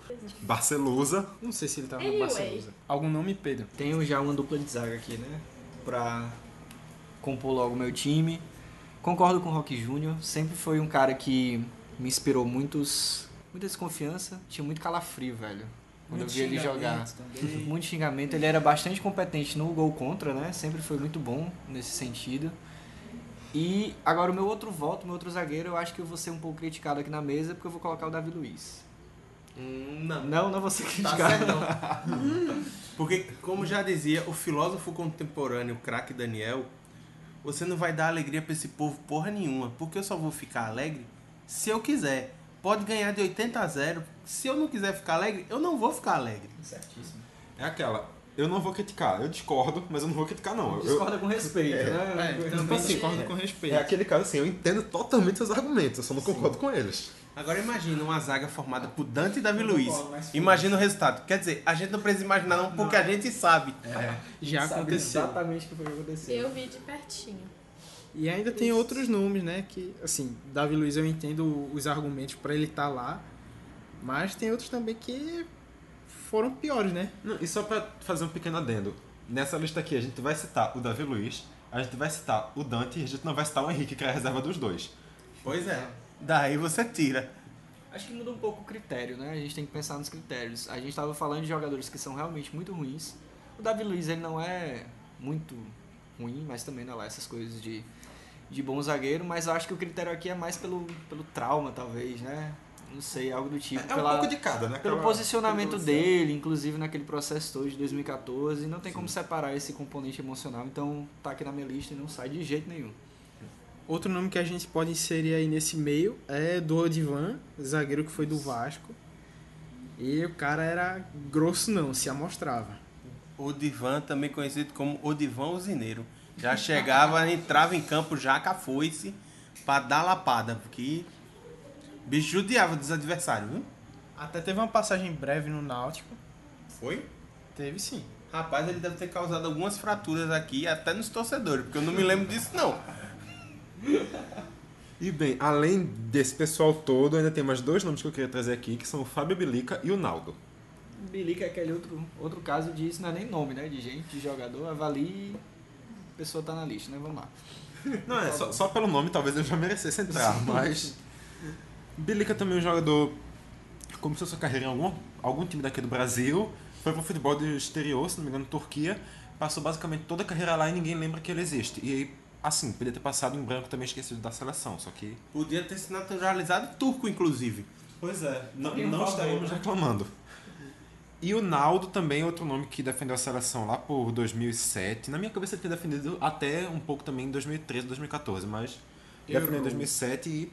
Speaker 8: Barcelusa,
Speaker 6: Não sei se ele tava no
Speaker 7: Anyway.
Speaker 6: Barcelona. Algum nome, Pedro?
Speaker 9: Tenho já uma dupla de zaga aqui, né? Pra compor logo o meu time. Concordo com o Rock Júnior. Sempre foi um cara que me inspirou muitos, muita desconfiança. Tinha muito calafrio, velho. Quando
Speaker 6: Muito
Speaker 9: eu via ele jogar.
Speaker 6: xingamento também.
Speaker 9: Muito xingamento. <laughs> Ele era bastante competente no gol contra, né? Sempre foi muito bom nesse sentido. E agora o meu outro voto, meu outro zagueiro, eu acho que eu vou ser um pouco criticado aqui na mesa, porque eu vou colocar o Davi Luiz.
Speaker 10: Hum, não.
Speaker 9: Não, não vou ser
Speaker 10: Tá
Speaker 9: criticado.
Speaker 10: certo, não. <laughs> Porque, como já dizia o filósofo contemporâneo, o craque Daniel, você não vai dar alegria pra esse povo porra nenhuma, porque eu só vou ficar alegre se eu quiser. Pode ganhar de 80 a 0. Se eu não quiser ficar alegre, eu não vou ficar alegre.
Speaker 9: Certíssimo.
Speaker 8: É aquela. Eu não vou criticar, eu discordo, mas eu não vou criticar, não. Eu-
Speaker 9: Discorda com respeito,
Speaker 8: É.
Speaker 9: né?
Speaker 6: É,
Speaker 9: Tipo
Speaker 6: também
Speaker 9: assim,
Speaker 6: discordo com respeito.
Speaker 8: É aquele caso assim, eu entendo totalmente seus argumentos, eu só não concordo com eles.
Speaker 10: Agora imagina uma zaga formada por Dante e Davi
Speaker 6: Não
Speaker 10: Luiz.
Speaker 6: concordo, mas foi.
Speaker 10: Imagina o resultado. Quer dizer, a gente não precisa imaginar não, porque a gente sabe.
Speaker 6: É. Já
Speaker 9: sabe
Speaker 6: aconteceu.
Speaker 9: exatamente o que foi que aconteceu.
Speaker 7: Eu vi de pertinho.
Speaker 6: E ainda tem outros nomes, né? Que, assim, Davi Luiz eu entendo os argumentos pra ele estar lá, mas tem outros também que foram piores, né?
Speaker 8: Não, e só pra fazer um pequeno adendo, nessa lista aqui a gente vai citar o Davi Luiz, a gente vai citar o Dante e a gente não vai citar o Henrique, que é a reserva dos dois.
Speaker 10: Pois é. Daí você tira.
Speaker 9: Acho que muda um pouco o critério, né? A gente tem que pensar nos critérios. A gente tava falando de jogadores que são realmente muito ruins. O Davi Luiz, ele não é muito ruim, mas também não é lá essas coisas de, de bom zagueiro. Mas eu acho que o critério aqui é mais pelo, pelo trauma, talvez, né? Não sei, algo do tipo.
Speaker 8: É um
Speaker 9: pela-
Speaker 8: pouco de cada, né?
Speaker 9: pelo
Speaker 8: Aquela-
Speaker 9: posicionamento dele, inclusive naquele processo todo de 2014, não tem como separar esse componente emocional, então tá aqui na minha lista e não sai de jeito nenhum.
Speaker 6: Outro nome que a gente pode inserir aí nesse meio é do Odivan, zagueiro que foi do Vasco. E o cara era grosso não, se amostrava.
Speaker 10: O Divan, também conhecido como o Divan Usineiro.
Speaker 8: <laughs>
Speaker 10: Já chegava, entrava em campo já com a foice pra dar lapada, porque o bicho judiava dos adversários, viu?
Speaker 6: Até teve uma passagem breve no Náutico.
Speaker 10: Foi?
Speaker 6: Teve sim.
Speaker 10: Rapaz, ele deve ter causado algumas fraturas aqui, até nos torcedores, porque eu não me lembro disso não.
Speaker 8: E bem, além desse pessoal todo, ainda tem mais dois nomes que eu queria trazer aqui, que são o Fábio Bilica e o Naldo.
Speaker 9: Bilica é aquele outro, outro caso de isso não é nem nome, né? De gente, de jogador, avalie, a pessoa tá na lista, né? Vamos lá.
Speaker 8: Não, é, só, só pelo nome talvez ele já merecesse entrar, mas. Bilica também é um jogador. que Começou sua carreira em algum, algum time daqui do Brasil, foi pro futebol do exterior, se não me engano, Turquia, passou basicamente toda a carreira lá e ninguém lembra que ele existe. E aí, assim, podia ter passado em branco também esquecido da seleção, só que.
Speaker 10: Podia ter se naturalizado turco, inclusive.
Speaker 8: Pois é, não,
Speaker 7: um
Speaker 8: não estaremos reclamando. E o Naldo também é outro nome que defendeu a seleção lá por 2007. Na minha cabeça ele tinha defendido até um pouco também em 2013, 2014, mas defendeu em 2007 e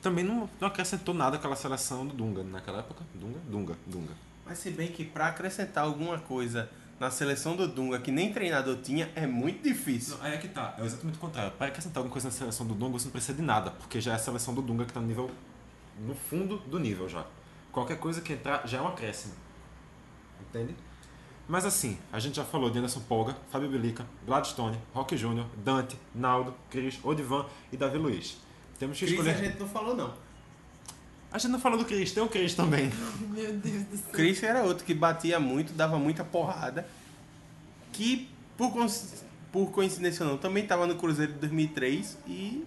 Speaker 8: também não, não acrescentou nada aquela seleção do Dunga naquela época. Dunga, Dunga, Dunga.
Speaker 10: Mas se bem que pra acrescentar alguma coisa na seleção do Dunga que nem treinador tinha, é muito difícil.
Speaker 8: Aí é que tá, é exatamente o contrário. Para acrescentar alguma coisa na seleção do Dunga, você não precisa de nada, porque já é a seleção do Dunga que tá no nível. no fundo do nível já. Qualquer coisa que entrar já é um acréscimo. Entende? Mas assim, a gente já falou de Anderson Polga, Fábio Bilica, Gladstone, Rock Júnior, Dante, Naldo, Cris, Odivan e Davi Luiz. Temos que
Speaker 10: Cris
Speaker 8: escolher.
Speaker 10: a gente não falou não.
Speaker 8: A gente não falou do Cris, tem o Cris também.
Speaker 7: Meu Deus do céu.
Speaker 10: Cris era outro que batia muito, dava muita porrada, que por, cons- por coincidência ou não, também tava no Cruzeiro de 2003 e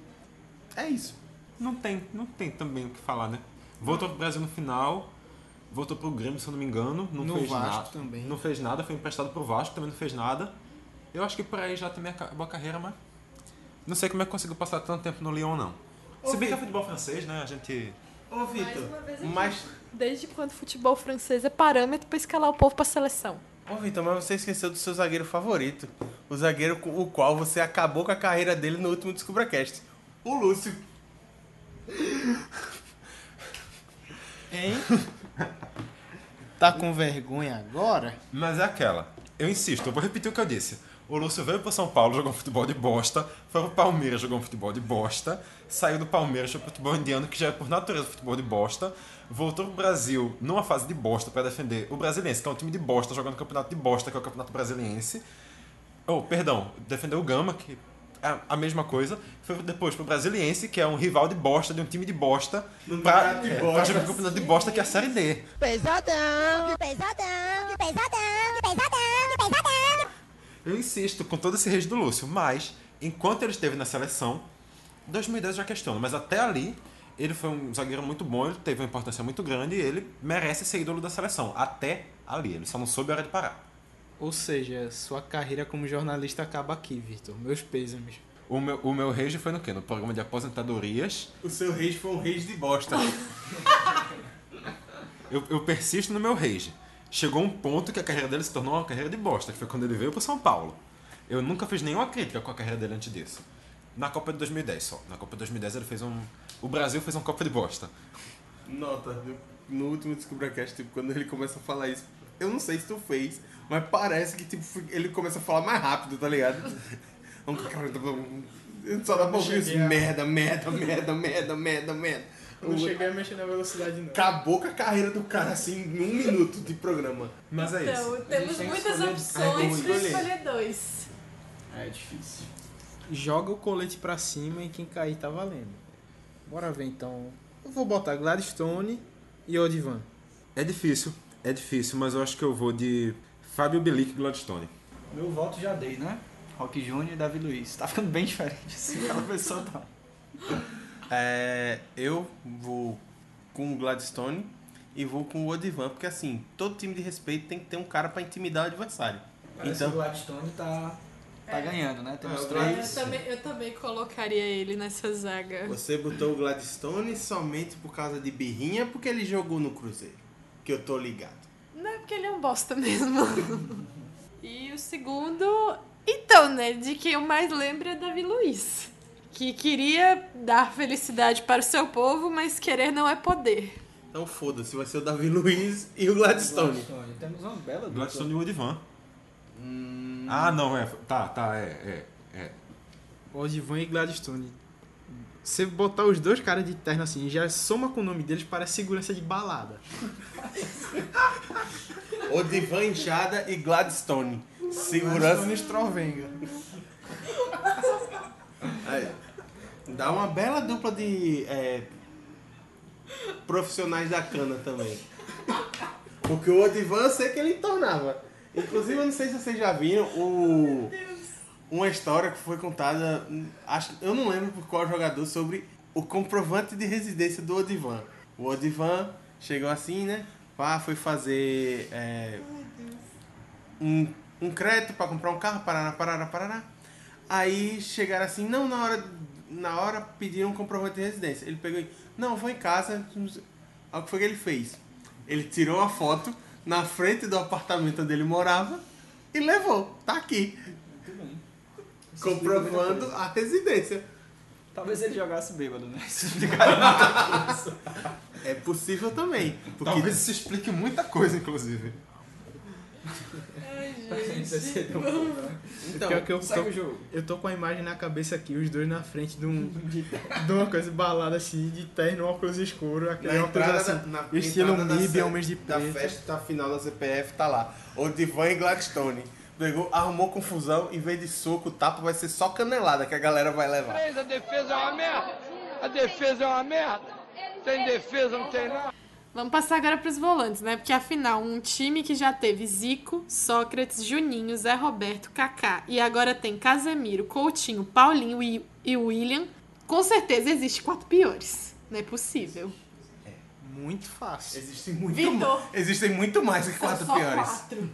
Speaker 10: é isso.
Speaker 8: Não tem, não tem também o que falar, né? Voltou pro Brasil no final, voltou pro Grêmio, se eu não me engano. Não
Speaker 6: No
Speaker 8: fez
Speaker 6: Vasco
Speaker 8: nada,
Speaker 6: também.
Speaker 8: Não fez nada, foi emprestado pro Vasco, também não fez nada. Eu acho que por aí já também acabou a carreira, mas. Não sei como é que conseguiu passar tanto tempo no Lyon, não. se bem que é futebol francês, né? A gente.
Speaker 10: Ô
Speaker 7: uma
Speaker 10: Vitor,
Speaker 7: vez aqui.
Speaker 10: mas,
Speaker 12: Desde quando futebol francês é parâmetro pra escalar o povo pra seleção?
Speaker 10: ô, Vitor, mas você esqueceu do seu zagueiro favorito. O zagueiro com o qual você acabou com a carreira dele no último DescubraCast. O Lúcio.
Speaker 6: Hein? tá com vergonha agora?
Speaker 8: Mas é aquela. Eu insisto, eu vou repetir o que eu disse. O Lúcio veio pro São Paulo, jogou um futebol de bosta, foi pro Palmeiras, jogou um futebol de bosta, saiu do Palmeiras, foi pro futebol indiano, que já é por natureza futebol de bosta, voltou pro Brasil numa fase de bosta pra defender o Brasiliense, que é um time de bosta, jogando no campeonato de bosta, que é o campeonato brasiliense. Oh, perdão, defendeu o Gama, que é a mesma coisa, foi depois pro Brasiliense, que é um rival de bosta, de um time de bosta, pra,
Speaker 10: campeonato de
Speaker 8: é, pra
Speaker 10: bosta.
Speaker 8: jogar no campeonato de bosta, que é a Série D.
Speaker 4: Pesadão, pesadão, pesadão, pesadão, pesadão.
Speaker 8: Eu insisto com todo esse rage do Lúcio, mas enquanto ele esteve na seleção, 2010 eu já questiono, mas até ali ele foi um zagueiro muito bom, ele teve uma importância muito grande e ele merece ser ídolo da seleção. Até ali, ele só não soube a hora de parar.
Speaker 6: Ou seja, sua carreira como jornalista acaba aqui, Vitor. Meus pêsames.
Speaker 8: O meu, o meu rage foi no quê? No programa de aposentadorias.
Speaker 10: O seu rage foi um rage de <laughs> bosta.
Speaker 8: Eu, eu persisto no meu rage. Chegou um ponto que a carreira dele se tornou uma carreira de bosta, que foi quando ele veio pro São Paulo. Eu nunca fiz nenhuma crítica com a carreira dele antes disso. Na Copa de 2010 só. Na Copa de 2010 ele fez um. O Brasil fez uma Copa de bosta.
Speaker 10: Nota, viu? No último DescubraCast, tipo, quando ele começa a falar isso, Eu não sei se tu fez, mas parece que tipo, ele começa a falar mais rápido, tá ligado? <laughs> Um tipo, Só dá pra ouvir isso. Merda, merda, merda, merda, merda, merda.
Speaker 6: Eu não cheguei a mexer na velocidade, não.
Speaker 10: Acabou com a carreira do cara assim em um minuto de programa. Mas é isso.
Speaker 7: Então, temos muitas opções pra escolher dois.
Speaker 9: É difícil.
Speaker 6: Joga o colete pra cima e quem cair tá valendo. Bora ver então. Eu vou botar Gladstone e Odivan.
Speaker 8: É difícil, é difícil, mas eu acho que eu vou de Fábio Bilic e Gladstone.
Speaker 9: Meu voto já dei, né? Rock Júnior e Davi Luiz. Tá ficando bem <laughs> diferente assim, cada pessoa tá.
Speaker 10: É, eu vou com o Gladstone e vou com o Odivan, porque assim, todo time de respeito tem que ter um cara pra intimidar o adversário. Então,
Speaker 9: Parece que o Gladstone tá, Então, tá
Speaker 7: É.
Speaker 9: ganhando, né? Temos
Speaker 10: É, o
Speaker 7: Eu
Speaker 9: três.
Speaker 7: também, eu também colocaria ele nessa zaga.
Speaker 10: Você botou o Gladstone somente por causa de birrinha, porque ele jogou no Cruzeiro. Que eu tô ligado.
Speaker 7: Não é porque ele é um bosta <laughs> mesmo. e o segundo. Então, né? De quem eu mais lembro é Davi Luiz. Que queria dar felicidade para o seu povo, mas querer não é poder.
Speaker 10: Então foda-se, vai ser o Davi Luiz e o Gladstone.
Speaker 9: Temos uma bela dupla.
Speaker 8: Gladstone e Odivan. Ah, não, é. Tá, tá, é, é, é.
Speaker 6: Odivan e Gladstone. Você botar os dois caras de terno assim, já soma com o nome deles, parece segurança de balada.
Speaker 10: Odivan Inchada e Gladstone. Segurança.
Speaker 6: Estrovenga.
Speaker 10: Aí. Dá uma bela dupla de é, profissionais da cana também. Porque o Odivan eu sei que ele entornava. Inclusive, eu não sei se vocês já viram o, uma história que foi contada, hum, acho, eu não lembro por qual jogador, sobre o comprovante de residência do Odivan. O Odivan chegou assim, né? Pá, foi fazer é, um, um crédito para comprar um carro, parará, parará, parará. Aí chegaram assim, não, na hora, na hora pediram um comprovante de residência. Ele pegou e, não, vou em casa. Aí o que foi que ele fez? Ele tirou uma foto na frente do apartamento onde ele morava e levou. Tá aqui. Comprovando a residência.
Speaker 9: Talvez ele jogasse bêbado, né?
Speaker 10: É possível também. Porque
Speaker 8: Talvez isso explique muita coisa, inclusive.
Speaker 10: Então,
Speaker 6: Pior que eu
Speaker 9: segue
Speaker 6: tô,
Speaker 9: o jogo.
Speaker 6: Eu tô com a imagem na cabeça aqui, os dois na frente de, um, de uma coisa balada assim, de terno, óculos escuro, aquele
Speaker 10: na
Speaker 6: óculos
Speaker 10: entrada,
Speaker 6: assim,
Speaker 10: da- na
Speaker 6: estilo
Speaker 10: entrada da
Speaker 6: MIB,
Speaker 10: ce-
Speaker 6: homens de
Speaker 10: da
Speaker 6: preto.
Speaker 10: festa final da CPF tá lá. Odivan e Gladstone. Pegou, arrumou confusão, em vez de soco, tapa, vai ser só canelada que a galera vai levar.
Speaker 1: A defesa é uma merda. A defesa é uma merda. Sem defesa não tem nada.
Speaker 7: Vamos passar agora para os volantes, né? Porque afinal, um time que já teve Zico, Sócrates, Juninho, Zé Roberto, Kaká e agora tem Casemiro, Coutinho, Paulinho e, e William, com certeza existe quatro piores. Não é possível.
Speaker 6: Muito fácil.
Speaker 10: Existem muito,
Speaker 7: Vitor.
Speaker 10: ma- existem muito mais que quatro
Speaker 7: São só
Speaker 10: piores.
Speaker 7: quatro.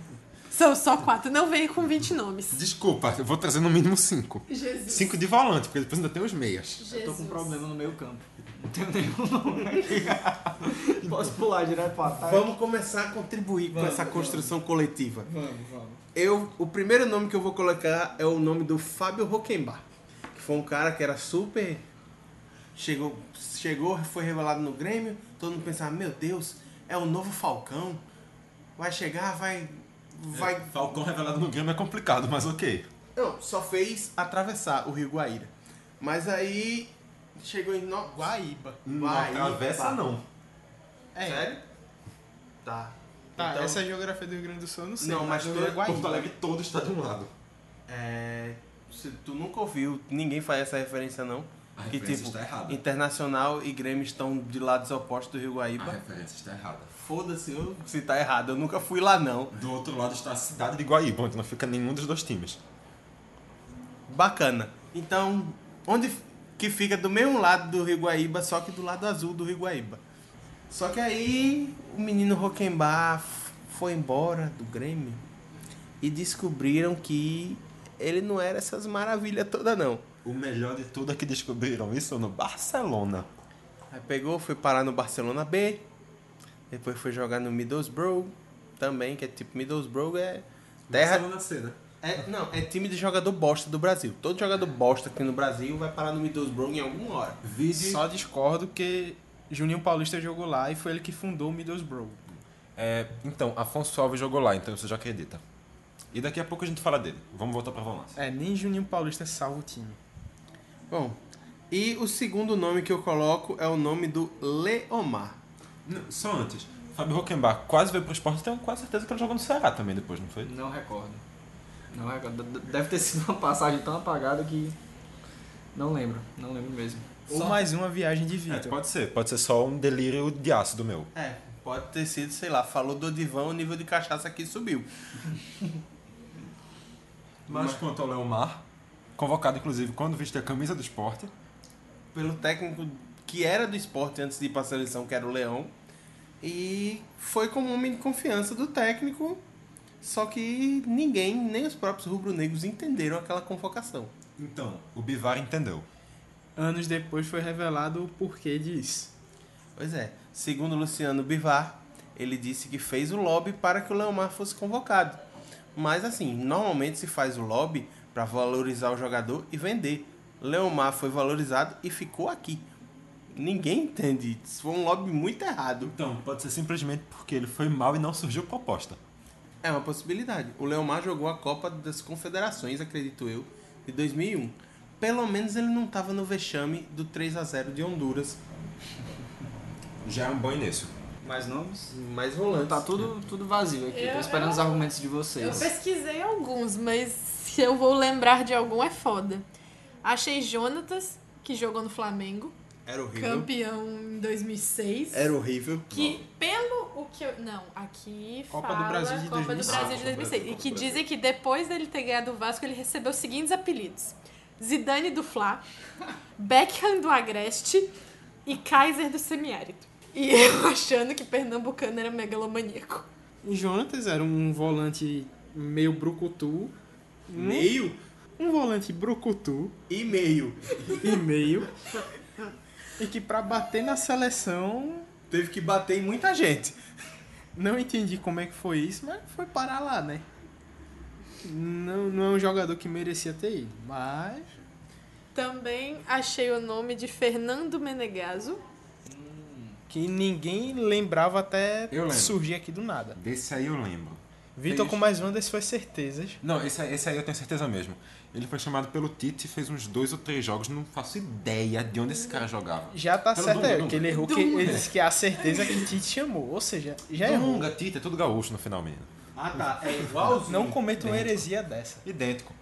Speaker 7: São só quatro. Não venha com 20 nomes.
Speaker 8: Desculpa, eu vou trazer no mínimo cinco.
Speaker 7: Jesus.
Speaker 8: Cinco de volante, porque depois ainda tem os meias.
Speaker 7: Jesus.
Speaker 9: Eu tô com um problema no meio campo. Não tenho nenhum nome aqui. Posso pular direto pra ataque?
Speaker 10: Vamos começar a contribuir com essa construção coletiva.
Speaker 9: vamos. vamos.
Speaker 10: Eu, o primeiro nome que eu vou colocar é o nome do Fábio Rockenbach, que foi um cara que era super chegou, chegou, foi revelado no Grêmio, todo mundo pensava, meu Deus, é o novo Falcão. Vai chegar, vai vai
Speaker 8: Falcão revelado no Grêmio é complicado, mas ok.
Speaker 10: Não, só fez atravessar o Rio Guaíra. Mas aí chegou em no... Guaíba.
Speaker 8: Não
Speaker 10: Guaíba.
Speaker 8: atravessa, não.
Speaker 10: É. Sério? Tá.
Speaker 6: Tá,
Speaker 10: Então-
Speaker 6: essa é a geografia do Rio Grande do Sul eu não sei.
Speaker 10: Não, mas
Speaker 6: eu
Speaker 10: tu é
Speaker 8: Porto Alegre todo está de um lado.
Speaker 10: É, se tu nunca ouviu, ninguém faz essa referência não.
Speaker 8: A
Speaker 10: que
Speaker 8: referência
Speaker 10: tipo,
Speaker 8: está errada.
Speaker 10: Internacional e Grêmio estão de lados opostos do Rio
Speaker 8: A
Speaker 10: Guaíba.
Speaker 8: referência está errada.
Speaker 10: Foda-se eu se tá errado, eu nunca fui lá não.
Speaker 8: Do outro lado está a cidade de Guaíba, onde não fica nenhum dos dois times.
Speaker 10: Bacana. Então, onde f- que fica do mesmo lado do Rio Guaíba, só que do lado azul do Rio Guaíba. Só que aí o menino Roquembar f- foi embora do Grêmio e descobriram que ele não era essas maravilhas toda não.
Speaker 8: O melhor de tudo é que descobriram isso no Barcelona.
Speaker 10: Aí pegou, foi parar no Barcelona B, depois foi jogar no Middlesbrough também, que é tipo Middlesbrough é terra.
Speaker 8: Barcelona C, né?
Speaker 10: É, não, é time de jogador bosta do Brasil. Todo jogador bosta aqui no Brasil vai parar no Middlesbrough em alguma hora.
Speaker 8: Vide.
Speaker 6: Só discordo que Juninho Paulista jogou lá e foi ele que fundou o Middlesbrough.
Speaker 8: É, então, Afonso Alves jogou lá, então você já acredita. E daqui a pouco a gente fala dele. Vamos voltar pra Valência.
Speaker 6: É, nem Juninho Paulista salva o time.
Speaker 10: Bom, e o segundo nome que eu coloco é o nome do Leomar.
Speaker 8: Não, só antes. Fábio Hockenbach quase veio pro esporte, tenho quase certeza que ele jogou no Ceará também depois, não foi?
Speaker 9: Não recordo. Não recordo. D- Deve ter sido uma passagem tão apagada que. Não lembro, não lembro mesmo.
Speaker 6: Ou mais uma viagem de
Speaker 8: É,
Speaker 6: Vitor.
Speaker 8: pode ser, pode ser só um delírio de ácido meu.
Speaker 10: É, pode ter sido, sei lá, falou do divã, o nível de cachaça aqui subiu.
Speaker 8: Mas quanto ao Leomar, convocado inclusive quando viste a camisa do esporte,
Speaker 10: Pelo técnico que era do esporte antes de ir pra seleção, que era o Leão. E foi como um homem de confiança do técnico, só que ninguém, nem os próprios rubro-negros, entenderam aquela convocação.
Speaker 8: Então, o Bivar entendeu.
Speaker 6: Anos depois foi revelado o porquê disso.
Speaker 10: Pois é, segundo Luciano Bivar, ele disse que fez o lobby para que o Leomar fosse convocado. Mas assim, normalmente se faz o lobby para valorizar o jogador e vender. Leomar foi valorizado e ficou aqui. Ninguém entende. Isso foi um lobby muito errado.
Speaker 8: Então, pode ser simplesmente porque ele foi mal e não surgiu proposta.
Speaker 10: É uma possibilidade. O Leomar jogou a Copa das Confederações, acredito eu, de 2001. Pelo menos ele não estava no vexame do 3 a 0 de Honduras.
Speaker 8: Já é um bom início.
Speaker 9: Mais nomes?
Speaker 10: Mais volantes.
Speaker 9: Tá tudo, tudo vazio aqui.
Speaker 7: Eu-
Speaker 9: Tô esperando os
Speaker 7: eu-
Speaker 9: argumentos de
Speaker 7: Eu
Speaker 9: vocês.
Speaker 7: pesquisei alguns, mas se eu vou lembrar de algum é foda. Achei Jonatas, que jogou no Flamengo,
Speaker 10: Era
Speaker 7: campeão em 2006.
Speaker 10: Uhum. Era horrível.
Speaker 7: Que pelo o que eu. Não, aqui
Speaker 6: Copa
Speaker 7: fala
Speaker 6: do Brasil de
Speaker 7: Copa
Speaker 6: 2006.
Speaker 7: do Brasil de
Speaker 6: Ah,
Speaker 7: 2006. E que dizem que depois dele ter ganhado o Vasco, ele recebeu os seguintes apelidos: Zidane do Fla, Beckham do Agreste e Kaiser do Semiárido. E eu <laughs> achando que pernambucano era megalomaníaco.
Speaker 6: E Jonatas era um volante meio brucutu. Um-
Speaker 10: Meio
Speaker 6: Um volante brucutu
Speaker 10: e meio.
Speaker 6: e meio. e que pra bater na seleção,
Speaker 10: Teve que bater em muita gente.
Speaker 6: não entendi como é que foi isso, mas foi parar lá, né? Não, não é um jogador que merecia ter ido, mas...
Speaker 7: Também achei o nome de Fernando Menegaso.
Speaker 6: Que ninguém lembrava até
Speaker 8: Eu lembro.
Speaker 6: surgir aqui do nada.
Speaker 8: Desse aí eu lembro.
Speaker 6: Vitor
Speaker 8: Fez-
Speaker 10: É
Speaker 6: com mais uma das suas certezas.
Speaker 8: Não, esse, aí- esse aí eu tenho certeza mesmo. Ele foi chamado pelo Tite e fez uns dois ou três jogos, não faço ideia de onde esse cara jogava.
Speaker 6: Já tá
Speaker 8: Pelo
Speaker 6: certo
Speaker 8: Dunga,
Speaker 6: aí,
Speaker 8: Dunga.
Speaker 6: que ele errou, que
Speaker 7: Dunga.
Speaker 6: ele disse que é a certeza que Tite chamou. Ou seja, já errou.
Speaker 8: Dunga, Tite, é tudo gaúcho no final, menino.
Speaker 10: Ah tá, é igualzinho.
Speaker 6: Não cometa uma heresia dessa.
Speaker 8: Idêntico.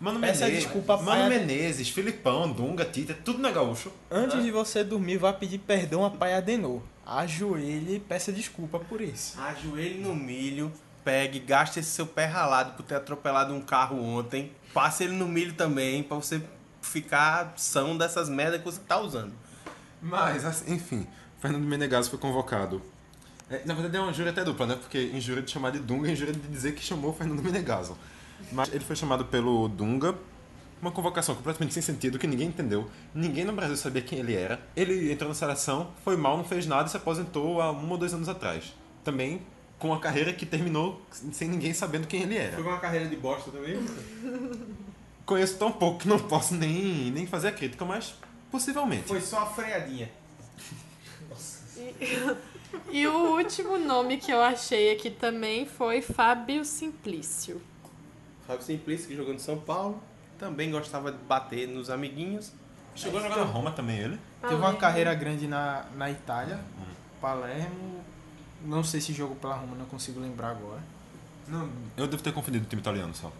Speaker 8: Mano
Speaker 6: Essa é a
Speaker 8: Menezes,
Speaker 6: desculpa
Speaker 8: Mano
Speaker 6: pra-
Speaker 8: Menezes, Filipão, Dunga, Tite, é tudo na gaúcho.
Speaker 6: Antes de você dormir, vá pedir perdão a pai Adenor. Ajoelhe e peça desculpa por isso.
Speaker 10: Ajoelhe no milho, pegue, gaste esse seu pé ralado por ter atropelado um carro ontem. Passe ele no milho também, pra você ficar são dessas merdas que você tá usando.
Speaker 8: Mas, assim, enfim, Fernando Menegaso foi convocado. É, na verdade é uma injúria até dupla, né? Porque injúria de chamar de Dunga e injúria de dizer que chamou o Fernando Menegaso. Mas ele foi chamado pelo Dunga, uma convocação completamente sem sentido, que ninguém entendeu. Ninguém no Brasil sabia quem ele era. Ele entrou na seleção, foi mal, não fez nada e se aposentou há um ou dois anos atrás. Também com uma carreira que terminou sem ninguém sabendo quem ele era.
Speaker 10: uma carreira de bosta também?
Speaker 8: Conheço tão pouco que não posso nem, nem fazer a crítica, mas possivelmente.
Speaker 10: Foi só a freadinha.
Speaker 7: E o último nome que eu achei aqui também foi Fábio Simplício.
Speaker 10: Fábio Simplício, que jogou no São Paulo, também gostava de bater nos amiguinhos.
Speaker 8: Chegou a jogar na Roma também ele.
Speaker 13: Ah,
Speaker 6: Teve uma
Speaker 13: é.
Speaker 7: Palermo.
Speaker 6: carreira grande na, na Itália, Palermo. Não sei se jogou pela Roma, não consigo lembrar agora.
Speaker 8: Não, eu devo ter confundido o time italiano só.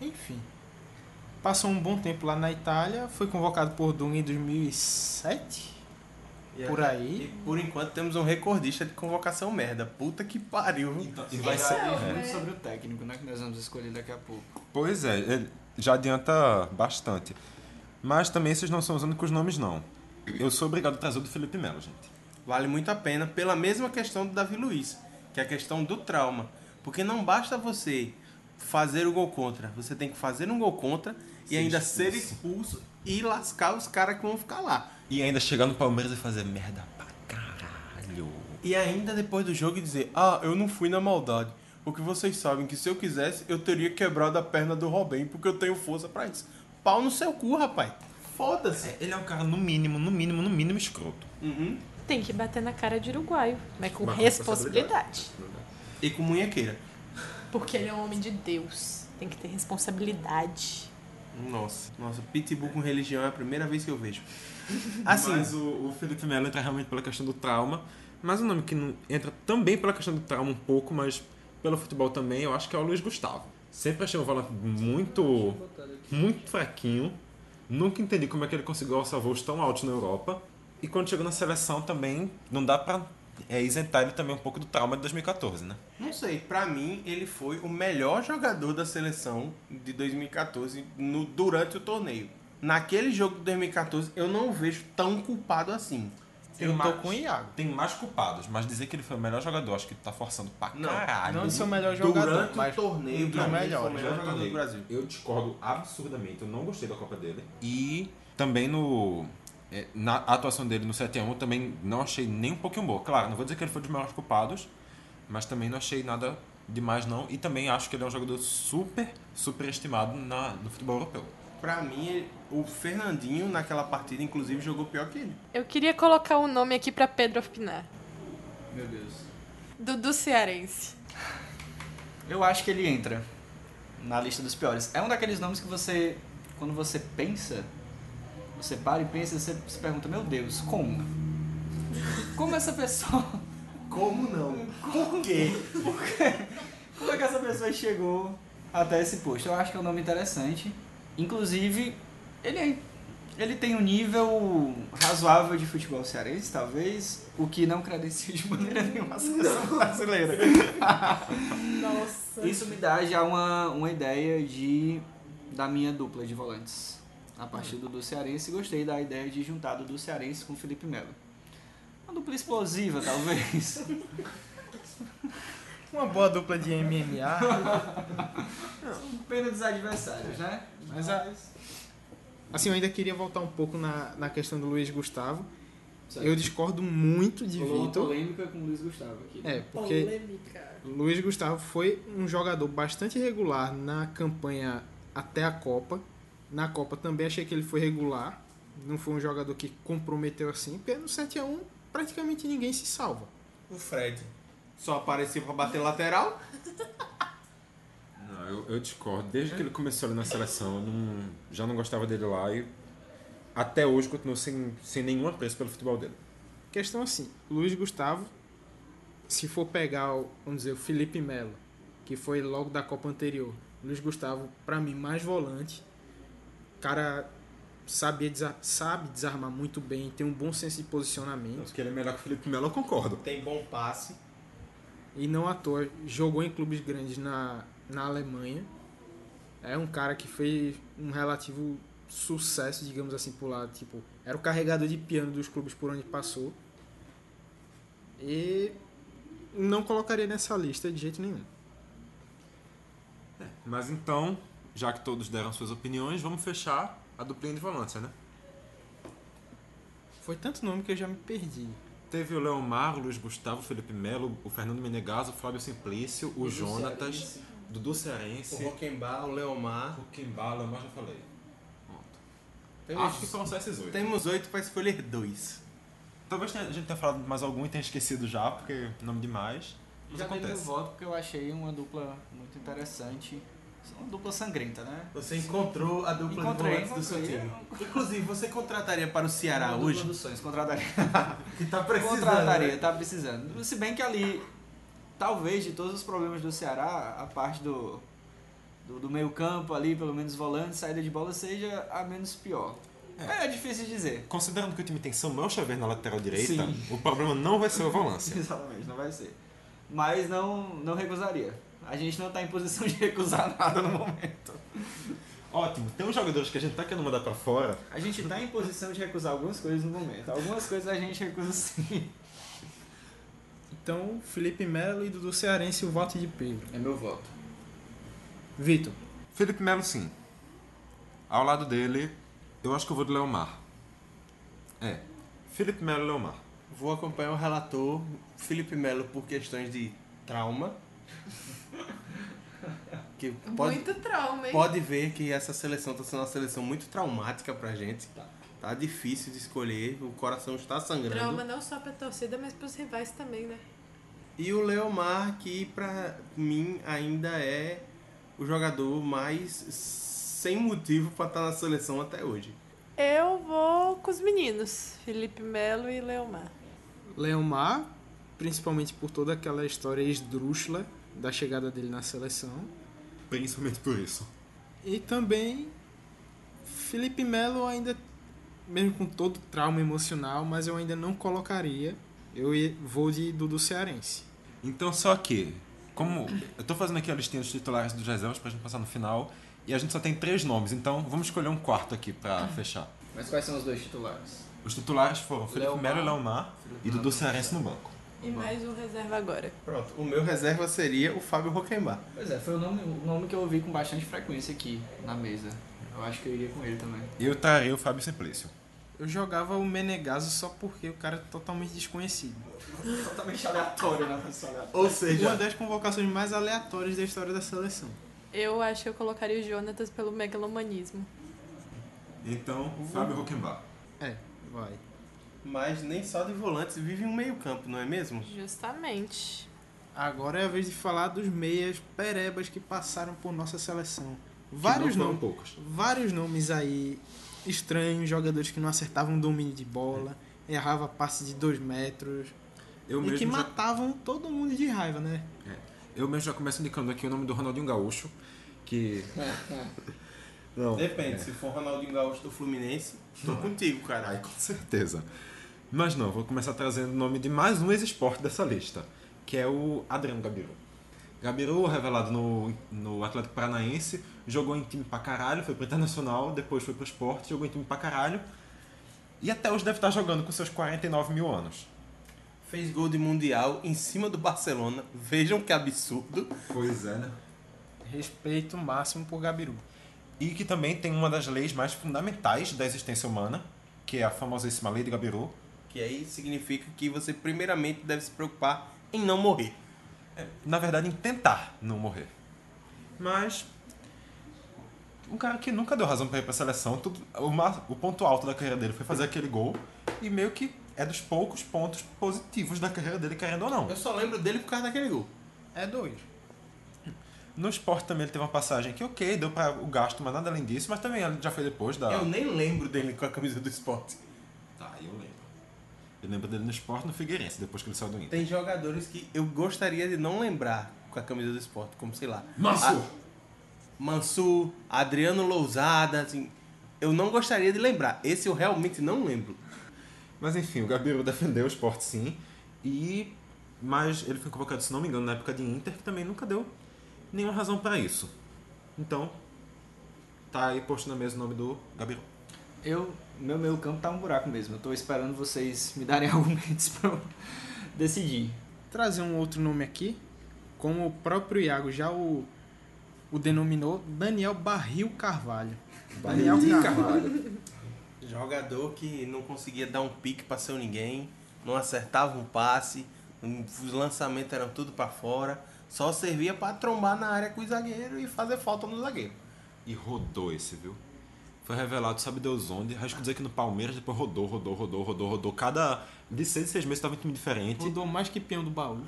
Speaker 6: Enfim. Passou um bom tempo lá na Itália, foi convocado por Dunga em 2007.
Speaker 10: E
Speaker 6: Por
Speaker 10: aqui-
Speaker 6: aí.
Speaker 10: E por enquanto temos um recordista de convocação merda. Puta que pariu.
Speaker 8: E vai
Speaker 9: Vai
Speaker 8: ser.
Speaker 9: sair É, muito
Speaker 7: é.
Speaker 9: sobre o técnico, né? Que nós vamos escolher daqui a pouco.
Speaker 8: Pois é, ele já adianta bastante. Mas também vocês não são os únicos nomes, não. Eu sou obrigado a trazer o do Felipe Melo, gente.
Speaker 10: vale muito a pena pela mesma questão do Davi Luiz, que é a questão do trauma. Porque não basta você fazer o gol contra, você tem que fazer um gol contra e ainda ser expulso e lascar os caras que vão ficar lá.
Speaker 8: E ainda chegar no Palmeiras e fazer merda pra caralho.
Speaker 10: E ainda depois do jogo dizer: Ah, eu não fui na maldade. O que vocês sabem que se eu quisesse, eu teria quebrado a perna do Robin, porque eu tenho força pra isso. Pau no seu cu, rapaz. Foda-se.
Speaker 8: Ele é um cara, no mínimo, no mínimo, no mínimo escroto.
Speaker 10: Uhum.
Speaker 7: Tem que bater na cara de uruguaio, mas com
Speaker 8: Mas com
Speaker 7: responsabilidade.
Speaker 8: responsabilidade.
Speaker 10: e com munhequeira.
Speaker 7: Porque ele é um homem de Deus. Tem que ter responsabilidade.
Speaker 10: Nossa, nossa, Pitbull com religião é a primeira vez que eu vejo. Assim,
Speaker 8: Mas o, o Felipe Melo entra realmente pela questão do trauma. Mas o nome que não entra também pela questão do trauma um pouco, mas pelo futebol também, eu acho que é o Luiz Gustavo. Sempre achei um volante muito, muito fraquinho. Nunca entendi como é que ele conseguiu alçar voos tão altos na Europa. E quando chegou na seleção também, não dá pra é, isentar ele também um pouco do trauma de 2014, né?
Speaker 10: não sei, pra mim ele foi o melhor jogador da seleção de 2014 no, durante o torneio. Naquele jogo de 2014 eu não o vejo tão culpado assim.
Speaker 8: Tem
Speaker 10: eu tô
Speaker 8: mais-
Speaker 10: com o Iago.
Speaker 8: Tem mais culpados, mas dizer que ele foi o melhor jogador, acho que tá forçando pra
Speaker 10: Não,
Speaker 8: caralho.
Speaker 14: Não é seu melhor jogador,
Speaker 10: Durante o
Speaker 14: mas
Speaker 10: torneio,
Speaker 14: um dos
Speaker 10: pra mim, ele foi o
Speaker 14: melhores.
Speaker 10: melhor
Speaker 8: né?
Speaker 10: jogador do Brasil.
Speaker 8: Eu discordo absurdamente, eu não gostei da Copa dele. E também no. é, Na atuação dele no 7x1 eu também não achei nem um pouquinho boa. Claro, não vou dizer que ele foi um dos maiores culpados, mas também não achei nada demais não. E também acho que ele é um jogador super, super estimado na, no futebol europeu.
Speaker 10: Pra mim, ele- o Fernandinho naquela partida, inclusive, jogou pior que ele.
Speaker 13: Eu queria colocar o nome aqui pra Pedro opinar.
Speaker 9: Meu Deus.
Speaker 13: Dudu Cearense.
Speaker 9: Eu acho que ele entra na lista dos piores. É um daqueles nomes que você, quando você pensa, você para e pensa, você se pergunta, meu Deus, como? Como essa pessoa...
Speaker 10: <laughs> Como não? Por quê?
Speaker 9: Como é que essa pessoa chegou até esse posto? Eu acho que é um nome interessante. Inclusive, ele, é- ele tem um nível razoável de futebol cearense, talvez, o que não credencia de maneira nenhuma a seleção brasileira.
Speaker 7: Nossa.
Speaker 9: Isso me dá já uma, uma ideia de da minha dupla de volantes. A partir do do Cearense, gostei da ideia de juntar do Cearense com o Felipe Melo. Uma dupla explosiva, talvez.
Speaker 14: Uma boa dupla de MMA.
Speaker 9: <laughs> Pena dos adversários, né?
Speaker 6: Mas a- Assim, eu ainda queria voltar um pouco na, na questão do Luiz Gustavo.
Speaker 9: Certo.
Speaker 6: Eu discordo muito de
Speaker 9: Rolou uma
Speaker 6: Vitor.
Speaker 9: polêmica com o Luiz Gustavo aqui.
Speaker 6: É, porque Luiz Gustavo foi um jogador bastante regular na campanha até a Copa. Na Copa também achei que ele foi regular. Não foi um jogador que comprometeu assim, porque no 7x1 praticamente ninguém se salva.
Speaker 10: O Fred só apareceu pra bater lateral.
Speaker 8: Não, eu, eu discordo. Desde que ele começou ali na seleção, eu não- já não gostava dele lá e até hoje continuo sem, sem nenhum apreço pelo futebol dele.
Speaker 6: Questão assim, Luiz Gustavo, se for pegar, o- vamos dizer, o Felipe Melo, que foi logo da Copa anterior, Luiz Gustavo, pra mim, mais volante, cara sabia desa- sabe desarmar muito bem, tem um bom senso de
Speaker 8: Não,
Speaker 6: posicionamento
Speaker 8: que ele é melhor que o Felipe Melo, eu concordo.
Speaker 10: Tem bom passe.
Speaker 6: e não à toa jogou em clubes grandes na, na Alemanha. É um cara que fez um relativo sucesso, digamos assim, por lá. Tipo, era o carregador de piano dos clubes por onde passou. E não colocaria nessa lista de jeito nenhum.
Speaker 8: Mas então, já que todos deram suas opiniões, vamos fechar a duplinha de volância, né?
Speaker 6: Foi tanto nome que eu já me perdi.
Speaker 8: Teve o Leomar, o Luiz Gustavo, o Felipe Melo, o Fernando Menegaso, o Fábio Simplício, o Jonatas, Dudu
Speaker 10: O
Speaker 8: Cearense, o
Speaker 10: Roquembar, o Leomar.
Speaker 8: Kimbala, mas já falei. Pronto. Acho que
Speaker 10: Temos,
Speaker 8: são só esses oito.
Speaker 10: temos oito pra escolher dois.
Speaker 8: Talvez tenha- a gente tenha falado mais algum e tenha esquecido já, porque nome demais. Mas
Speaker 9: Já dei meu
Speaker 8: acontece.
Speaker 9: voto porque eu achei uma dupla muito interessante. Uma dupla sangrenta, né?
Speaker 10: Você encontrou a dupla
Speaker 9: Encontrei,
Speaker 10: de volantes do seu
Speaker 9: encontrei.
Speaker 10: time. Inclusive, você contrataria para o Ceará
Speaker 9: Uma
Speaker 10: hoje?
Speaker 9: Dupla dos sonhos, contrataria.
Speaker 10: Que tá precisando.
Speaker 9: contrataria,
Speaker 10: né?
Speaker 9: tá precisando. Se bem que ali, talvez de todos os problemas do Ceará, a parte do, do, do meio campo ali, pelo menos volante, saída de bola, seja a menos pior. É, difícil dizer.
Speaker 8: Considerando que o time tem Samuel Xavier na lateral direita, o problema não vai ser o volância.
Speaker 9: <laughs> Exatamente, não vai ser. Mas não, não recusaria. A gente não tá em posição de recusar <laughs> nada no momento.
Speaker 8: Ótimo, tem uns jogadores que a gente tá querendo mandar pra fora,
Speaker 9: A gente tá em posição de recusar algumas coisas no momento. Algumas coisas a gente recusa sim.
Speaker 6: Então, Felipe Melo e Dudu Cearense, o voto de Pedro.
Speaker 9: É meu voto.
Speaker 6: Vitor,
Speaker 8: Felipe Melo, sim. Ao lado dele, eu acho que eu vou de Leomar. É. Felipe Melo e Leomar.
Speaker 10: Vou acompanhar o relator Felipe Melo por questões de trauma. Que pode,
Speaker 7: Muito trauma, hein?
Speaker 10: pode ver que essa seleção está sendo uma seleção muito traumática pra gente. Tá. difícil de escolher, o coração está sangrando.
Speaker 7: Trauma não só pra torcida, mas pros rivais também, né?
Speaker 10: E o Leomar, que pra mim ainda é o jogador mais sem motivo pra estar na seleção até hoje.
Speaker 7: Eu vou com os meninos, Felipe Melo e Leomar.
Speaker 6: Leomar, principalmente por toda aquela história esdrúxula da chegada dele na seleção.
Speaker 8: Principalmente por isso.
Speaker 6: E também Felipe Melo ainda, mesmo com todo o trauma emocional, mas eu ainda não colocaria. Eu ia- vou de Dudu Cearense.
Speaker 8: Então, só que, como eu tô fazendo aqui a listinha dos titulares dos reservas pra gente passar no final, e a gente só tem três nomes, então vamos escolher um quarto aqui pra fechar.
Speaker 9: Ah. Mas quais são os dois titulares?
Speaker 8: Os titulares foram Felipe
Speaker 9: Leomar.
Speaker 8: Melo e Leomar e Dudu Cearense no banco.
Speaker 7: E mais um reserva agora.
Speaker 10: Pronto, o meu reserva seria o Fábio Roquembar.
Speaker 9: Pois é, foi o nome, o nome que eu ouvi com bastante frequência aqui na mesa. Eu acho que eu iria com ele também.
Speaker 8: E eu trarei o Fábio Simplício.
Speaker 6: Eu jogava o Menegaso só porque o cara é totalmente desconhecido.
Speaker 9: <laughs> Totalmente aleatório na função
Speaker 10: Ou seja,
Speaker 6: Uma das convocações mais aleatórias da história da seleção.
Speaker 7: Eu acho que eu colocaria o Jonatas pelo megalomanismo.
Speaker 8: Então,
Speaker 9: Uhum.
Speaker 8: Fábio Roquembar.
Speaker 6: É, vai.
Speaker 10: mas nem só de volantes vive um meio campo, não é mesmo?
Speaker 7: Justamente.
Speaker 6: Agora é a vez de falar dos meias perebas que passaram por nossa seleção. Vários
Speaker 8: não foram
Speaker 6: nomes,
Speaker 8: poucos.
Speaker 6: vários nomes aí estranhos, jogadores que não acertavam um domínio de bola, errava passe de dois metros
Speaker 8: Eu
Speaker 6: e que
Speaker 8: mesmo, já,
Speaker 6: matavam todo mundo de raiva, né?
Speaker 8: eu mesmo já começo indicando aqui o nome do Ronaldinho Gaúcho, que... Não,
Speaker 10: Depende, se for Ronaldinho Gaúcho do Fluminense, tô contigo, cara.
Speaker 8: Ai, com certeza. Mas não, vou começar trazendo o nome de mais um ex-esporte dessa lista, que é o Adriano Gabiru. Gabiru, revelado no, no Atlético Paranaense, jogou em time pra caralho, foi pro Internacional, depois foi pro esporte, jogou em time pra caralho, e até hoje deve estar jogando com seus 49 mil anos.
Speaker 10: Fez gol de Mundial em cima do Barcelona, vejam que absurdo.
Speaker 8: Pois é, né?
Speaker 6: Respeito máximo por Gabiru.
Speaker 8: E que também tem uma das leis mais fundamentais da existência humana, que é a famosíssima Lei de Gabiru,
Speaker 10: Que aí significa que você primeiramente deve se preocupar em não morrer.
Speaker 8: na verdade, em tentar não morrer. Mas. Um cara que nunca deu razão pra ir pra seleção. Tudo, o, ma- o ponto alto da carreira dele foi fazer aquele gol. E meio que é dos poucos pontos positivos da carreira dele, querendo ou não.
Speaker 10: Eu só lembro dele por causa daquele gol.
Speaker 6: É doido.
Speaker 8: No esporte também ele teve uma passagem que, ok, deu pra o gasto, mas nada além disso. Mas também ele já foi depois da.
Speaker 10: Eu nem lembro dele com a camisa do esporte.
Speaker 8: Tá, eu lembro. Eu lembro dele no esporte no Figueirense, depois que ele saiu do Inter.
Speaker 10: Tem jogadores que eu gostaria de não lembrar com a camisa do esporte, como sei lá.
Speaker 8: Mansur!
Speaker 10: A- Mansur, Adriano Lousada, assim. Eu não gostaria de lembrar. Esse eu realmente não lembro.
Speaker 8: Mas enfim, o Gabiru defendeu o esporte sim. E. Mas ele foi convocado, se não me engano, na época de Inter, que também nunca deu nenhuma razão pra isso. Então. Tá aí posto na mesa o nome do Gabiru.
Speaker 9: Eu, meu meio campo tá um buraco mesmo. Eu tô esperando vocês me darem <laughs> argumentos pra eu decidir.
Speaker 6: Trazer um outro nome aqui, como o próprio Iago já o, o denominou, Daniel Barril Carvalho. Daniel Carvalho.
Speaker 10: Jogador que não conseguia dar um pique pra seu ninguém, não acertava um passe, um- os lançamentos eram tudo pra fora, só servia pra trombar na área com o zagueiro e fazer falta no zagueiro.
Speaker 8: E rodou esse, viu? Foi revelado, sabe Deus onde. Arrisco dizer que no Palmeiras depois rodou, rodou, rodou, rodou, rodou. Cada. De seis em seis meses tava em time diferente. <laughs>
Speaker 6: Rodou mais que peão do baú.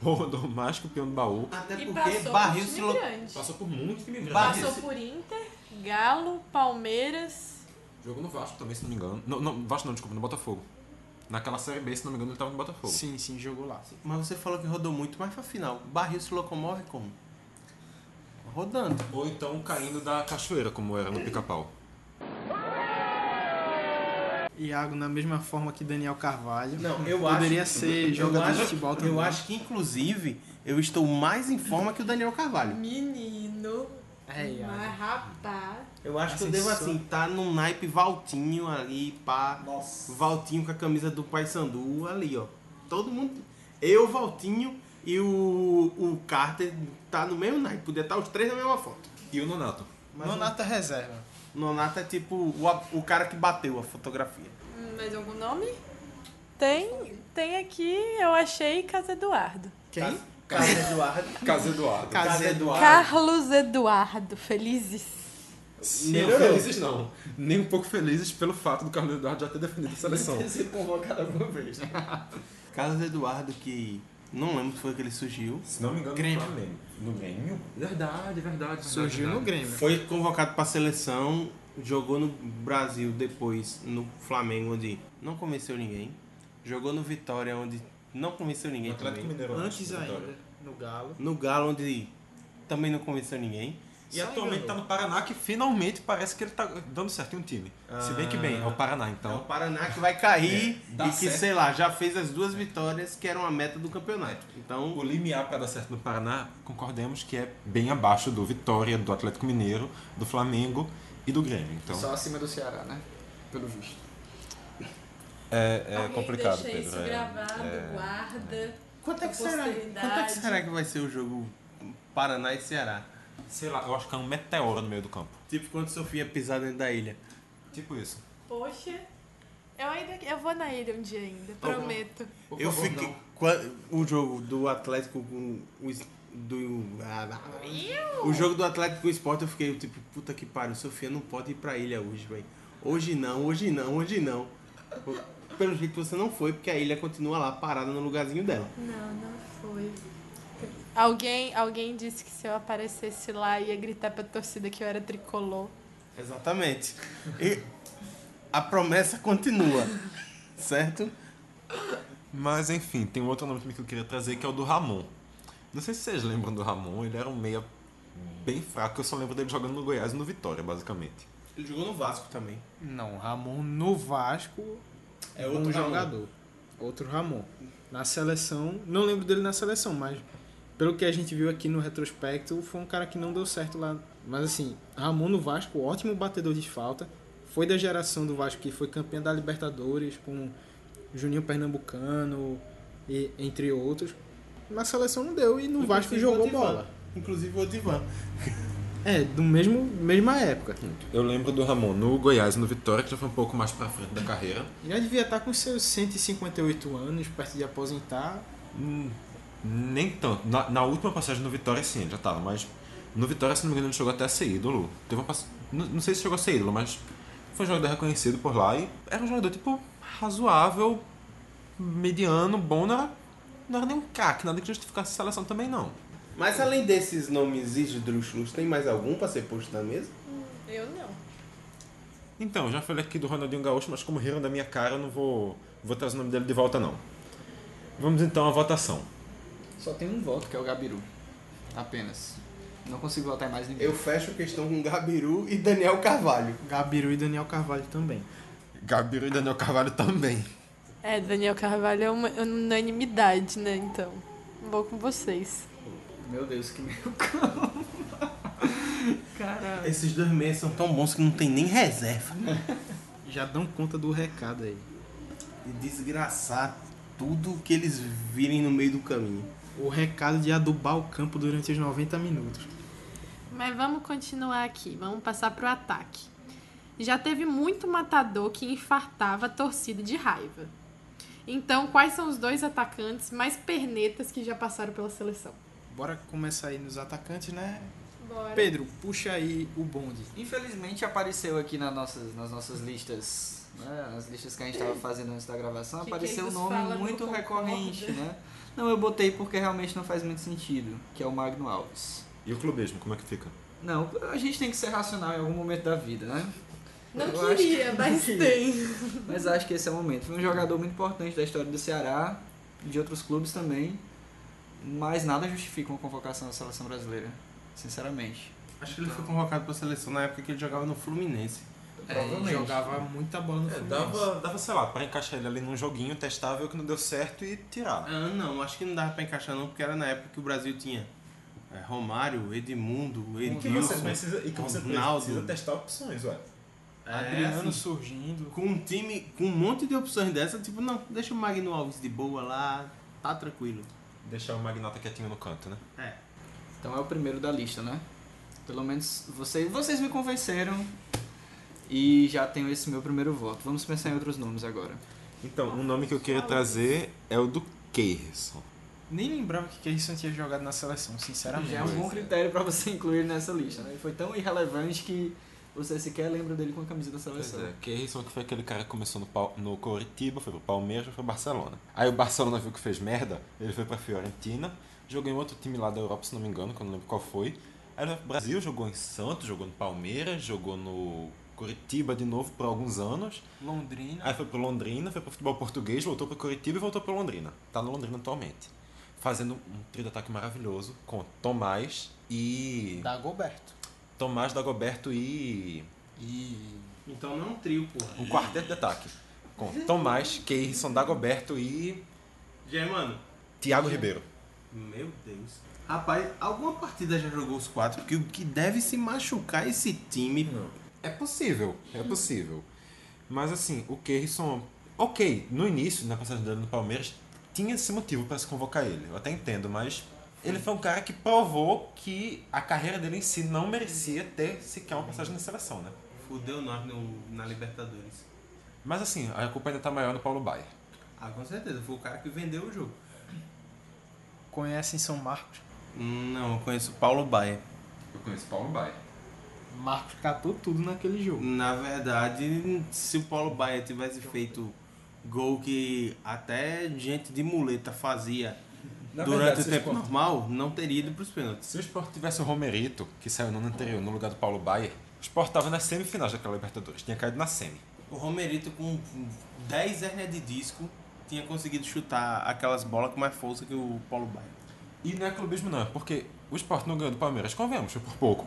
Speaker 8: Rodou mais que o peão do baú.
Speaker 10: Até
Speaker 7: E
Speaker 10: porque
Speaker 7: passou
Speaker 10: Barril
Speaker 7: por
Speaker 10: se,
Speaker 7: time
Speaker 10: lo-
Speaker 7: grande.
Speaker 8: Passou por muito time grande.
Speaker 10: Barril.
Speaker 7: Passou por Inter, Galo, Palmeiras.
Speaker 8: Jogou no Vasco também, se não me engano. Não, não, Vasco não, desculpa, no Botafogo. Naquela série B, se não me engano, ele tava no Botafogo.
Speaker 6: Sim, sim, jogou lá.
Speaker 10: Mas você falou que rodou muito, mas afinal, barril se locomove como? Rodando.
Speaker 8: Ou então caindo da cachoeira, como era no pica-pau.
Speaker 6: Iago, na mesma forma que Daniel Carvalho.
Speaker 10: Não, eu acho.
Speaker 6: Poderia ser jogador de futebol também.
Speaker 10: Eu acho que, inclusive, eu estou mais em forma que o Daniel Carvalho.
Speaker 15: Menino.
Speaker 6: É, Iago.
Speaker 15: Mas rapaz.
Speaker 10: Eu acho que eu devo,
Speaker 6: Ascensão.
Speaker 10: assim, tá num naipe Valtinho ali, pá.
Speaker 9: Nossa.
Speaker 10: Valtinho com a camisa do Paysandu ali, ó. Todo mundo. Eu, Valtinho e o, o Carter tá no mesmo naipe. Podia estar os três na mesma foto.
Speaker 8: E o Nonato?
Speaker 10: Mas
Speaker 6: Nonato é reserva.
Speaker 10: o Nonato é tipo o, a- o cara que bateu a fotografia.
Speaker 7: hum,
Speaker 15: Mais algum nome?
Speaker 7: Tem, tem aqui, eu achei Casa Eduardo.
Speaker 6: Quem?
Speaker 16: Carlos Eduardo.
Speaker 8: Carlos Eduardo.
Speaker 16: Carlos Eduardo.
Speaker 17: Carlos Eduardo. Felizes.
Speaker 8: Nem felizes não. Nem um pouco felizes pelo fato do Carlos Eduardo já ter defendido a seleção.
Speaker 9: Ter sido convocado alguma vez.
Speaker 10: Carlos Eduardo, que não lembro se foi que ele surgiu.
Speaker 8: Se não me engano,
Speaker 6: Grêmio.
Speaker 8: no Flamengo. No Grêmio? Verdade, verdade.
Speaker 6: Surgiu no
Speaker 8: verdade.
Speaker 6: Grêmio.
Speaker 10: Foi convocado para a seleção, jogou no Brasil depois, no Flamengo, onde não convenceu ninguém. Jogou no Vitória, onde não convenceu ninguém
Speaker 8: No Atlético
Speaker 10: também.
Speaker 8: Mineiro.
Speaker 6: Antes
Speaker 8: acho,
Speaker 6: ainda,
Speaker 8: Vitória.
Speaker 6: no Galo.
Speaker 10: No Galo, onde também não convenceu ninguém.
Speaker 8: E
Speaker 6: Só
Speaker 8: atualmente
Speaker 6: enganou.
Speaker 8: tá no Paraná, que finalmente parece que ele tá dando certo em um time. Se bem que bem, é o Paraná
Speaker 10: É o
Speaker 8: então.
Speaker 10: Paraná que vai cair
Speaker 8: É, dá
Speaker 10: e que,
Speaker 8: certo.
Speaker 10: sei lá, já fez as duas vitórias que eram a meta do campeonato. Então,
Speaker 8: É O limiar para dar certo no Paraná, concordemos que é bem abaixo do Vitória, do Atlético Mineiro, do Flamengo e do Grêmio. Então
Speaker 9: Só acima do Ceará, né? Pelo visto.
Speaker 8: é, é
Speaker 7: Alguém
Speaker 8: complicado,
Speaker 7: Deixa
Speaker 8: Pedro.
Speaker 7: isso
Speaker 8: é.
Speaker 7: gravado,
Speaker 8: É.
Speaker 7: guarda.
Speaker 10: quanto é, que
Speaker 7: A
Speaker 10: será,
Speaker 7: posteridade.
Speaker 10: quanto é que será que vai ser o jogo Paraná e Ceará?
Speaker 8: Sei lá, eu acho que é um meteoro no meio do campo.
Speaker 10: Tipo quando Sofia pisar dentro da ilha.
Speaker 8: Tipo isso.
Speaker 7: Poxa. Eu ainda eu vou na ilha um dia ainda,
Speaker 8: Tá
Speaker 7: prometo.
Speaker 9: Por
Speaker 10: eu
Speaker 9: favor,
Speaker 10: fiquei.
Speaker 9: não.
Speaker 10: quan- O jogo do Atlético com o. es- Do, ah, ah. o jogo do Atlético com o Sport eu fiquei tipo, puta que pariu, Sofia não pode ir pra ilha hoje, velho. Hoje não, hoje não, hoje não. O- Pelo jeito você não foi, porque a ilha continua lá parada no lugarzinho dela.
Speaker 7: Não, não foi. Alguém, alguém disse que se eu aparecesse lá ia gritar pra torcida que eu era tricolor.
Speaker 10: Exatamente. E a promessa continua, certo?
Speaker 8: Mas enfim, tem um outro nome também que eu queria trazer que é o do Ramon. Não sei se vocês lembram do Ramon, ele era um meia bem fraco, eu só lembro dele jogando no Goiás e no Vitória, basicamente.
Speaker 10: Ele jogou no Vasco também.
Speaker 6: Não, Ramon no Vasco
Speaker 10: É
Speaker 6: bom jogador. Outro Ramon. Na seleção, não lembro dele na seleção, mas pelo que a gente viu aqui no retrospecto, foi um cara que não deu certo lá. Mas assim, Ramon no Vasco, ótimo batedor de falta. Foi da geração do Vasco que foi campeã da Libertadores com Juninho Pernambucano, e, entre outros. Na seleção não deu e no Vasco jogou bola.
Speaker 10: Inclusive o Divan.
Speaker 6: É, do mesmo mesma época.
Speaker 8: Eu lembro do Ramon no Goiás e no Vitória, que já foi um pouco mais pra frente da carreira.
Speaker 6: Já devia estar com seus 158 anos, perto de aposentar.
Speaker 8: Hum, nem tanto. Na, na última passagem no Vitória, sim, ele já tava, mas no Vitória, se não me engano, ele chegou até a ser ídolo. Teve uma pass... não, não sei se chegou a ser ídolo, mas foi um jogador reconhecido por lá e era um jogador, tipo, razoável, mediano, bom, não era, não era nem um craque, nada que justificasse a seleção também, não.
Speaker 10: Mas além desses nomes esdrúxulos, tem mais algum pra ser posto na mesa?
Speaker 7: Eu não.
Speaker 8: Então, já falei aqui do Ronaldinho Gaúcho, mas como riram da minha cara, eu não vou, vou trazer o nome dele de volta, não. Vamos então à votação.
Speaker 9: Só tem um voto, que é o Gabiru. Apenas. Não consigo votar em mais ninguém.
Speaker 10: Eu fecho questão com Gabiru e Daniel Carvalho.
Speaker 6: Gabiru e Daniel Carvalho também.
Speaker 8: Gabiru e Daniel Carvalho também.
Speaker 7: É, Daniel Carvalho é uma unanimidade, né? Então, vou com vocês.
Speaker 9: Meu Deus, que meio
Speaker 10: Esses dois meias são tão bons que não tem nem reserva.
Speaker 6: Já dão conta do recado aí.
Speaker 10: E desgraçar tudo que eles virem no meio do caminho.
Speaker 6: O recado de adubar o campo durante os 90 minutos.
Speaker 7: Mas vamos continuar aqui, vamos passar pro ataque. Já teve muito matador que infartava a torcida de raiva. Então, quais são os dois atacantes mais pernetas que já passaram pela seleção?
Speaker 6: Bora começar aí nos atacantes, né?
Speaker 7: Bora.
Speaker 6: Pedro, puxa aí o bonde.
Speaker 9: Infelizmente apareceu aqui nas nossas, nas nossas listas, né, nas listas que a gente estava fazendo antes da gravação,
Speaker 7: Que
Speaker 9: apareceu um
Speaker 7: quem nos
Speaker 9: nome
Speaker 7: fala não
Speaker 9: muito
Speaker 7: concorda.
Speaker 9: recorrente, né? Não, eu botei porque realmente não faz muito sentido, que é o Magno Alves.
Speaker 8: E o clubismo, como é que fica?
Speaker 9: Não, a gente tem que ser racional em algum momento da vida, né?
Speaker 7: Não
Speaker 9: Eu acho
Speaker 7: queria,
Speaker 9: que-
Speaker 7: mas tem.
Speaker 9: Mas acho que esse é o momento. Foi um jogador muito importante da história do Ceará, de outros clubes também, mas nada justifica uma convocação da seleção brasileira, sinceramente.
Speaker 10: Acho que ele foi convocado pra seleção na época que ele jogava no Fluminense.
Speaker 6: É, jogava muita bola no
Speaker 8: É,
Speaker 6: Fluminense.
Speaker 8: dava, dava, sei lá, pra encaixar ele ali num joguinho testável que não deu certo e tirar.
Speaker 10: Ah, não, acho que não dava pra encaixar não, porque era na época que o Brasil tinha é, Romário, Edmundo, Edilson,
Speaker 8: precisa, e
Speaker 10: que você Ronaldo. precisa
Speaker 8: testar opções, ué.
Speaker 10: é,
Speaker 6: Adriano
Speaker 10: assim,
Speaker 6: surgindo.
Speaker 10: com um time, com um monte de opções dessa, tipo, não, deixa o Magno Alves de boa lá, tá tranquilo.
Speaker 8: Deixar o Magnata quietinho no canto, né?
Speaker 10: É.
Speaker 9: Então é o primeiro da lista, né? Pelo menos vocês, vocês me convenceram e já tenho esse meu primeiro voto. Vamos pensar em outros nomes agora.
Speaker 8: Então, um nome que eu queria trazer é o do Keirson.
Speaker 6: nem lembrava que Keirson tinha jogado na seleção, sinceramente.
Speaker 9: Já é um bom critério pra você <laughs> incluir ele nessa lista, né? Ele foi tão irrelevante que você sequer lembra dele com a camisa da seleção.
Speaker 8: Pois é, Keirson que foi aquele cara que começou no, Pau- no Coritiba, foi pro Palmeiras, foi pro Barcelona. Aí o Barcelona viu que fez merda, ele foi pra Fiorentina, jogou em outro time lá da Europa, se não me engano, que eu não lembro qual foi. Aí ele foi pro Brasil, jogou em Santos, jogou no Palmeiras, jogou no Coritiba de novo por alguns anos.
Speaker 6: Londrina.
Speaker 8: Aí foi pro Londrina, foi pro futebol português, voltou pro Coritiba e voltou pro Londrina. Tá no Londrina atualmente. Fazendo um trio de ataque maravilhoso com Tomás e.
Speaker 6: Dagoberto.
Speaker 8: Tomás, Dagoberto e.
Speaker 6: E.
Speaker 10: Então não é um trio, porra.
Speaker 8: Um quarteto de ataque. Com Tomás, Keirson, Dagoberto e.
Speaker 10: Já, mano.
Speaker 8: Thiago Ribeiro.
Speaker 10: Meu Deus. Rapaz, alguma partida já jogou os quatro? Porque o que deve se machucar esse time.
Speaker 8: É possível, é possível. Mas assim, o Keirson. Ok, no início, na passagem dele no Palmeiras, tinha esse motivo pra se convocar ele. Eu até entendo, mas. Ele foi um cara que provou que a carreira dele em si não merecia ter sequer uma passagem na seleção, né?
Speaker 10: Fudeu nós no- na Libertadores.
Speaker 8: Mas assim, a culpa ainda tá maior no Paulo Baier.
Speaker 10: Ah, com certeza. Foi o cara que vendeu o jogo.
Speaker 6: Conhecem São Marcos?
Speaker 10: Não, eu conheço o Paulo Baia.
Speaker 8: Eu conheço Paulo Baier.
Speaker 6: Marcos catou tudo naquele jogo.
Speaker 10: Na verdade, se o Paulo Baia tivesse feito gol que até gente de muleta fazia
Speaker 8: Na
Speaker 10: durante
Speaker 8: verdade,
Speaker 10: o
Speaker 8: se
Speaker 10: tempo
Speaker 8: esporte-
Speaker 10: normal, não teria ido pros pênaltis.
Speaker 8: Se o Sport tivesse o Romerito, que saiu no ano anterior, no lugar do Paulo Baier, o Sport tava nas semifinais daquela Libertadores, tinha caído na semi.
Speaker 10: O Romerito com 10 hernias de disco tinha conseguido chutar aquelas bolas com mais força que o Paulo Baia.
Speaker 8: E não é clubismo não, é porque o Sport não ganhou do Palmeiras, convenhamos, foi por pouco.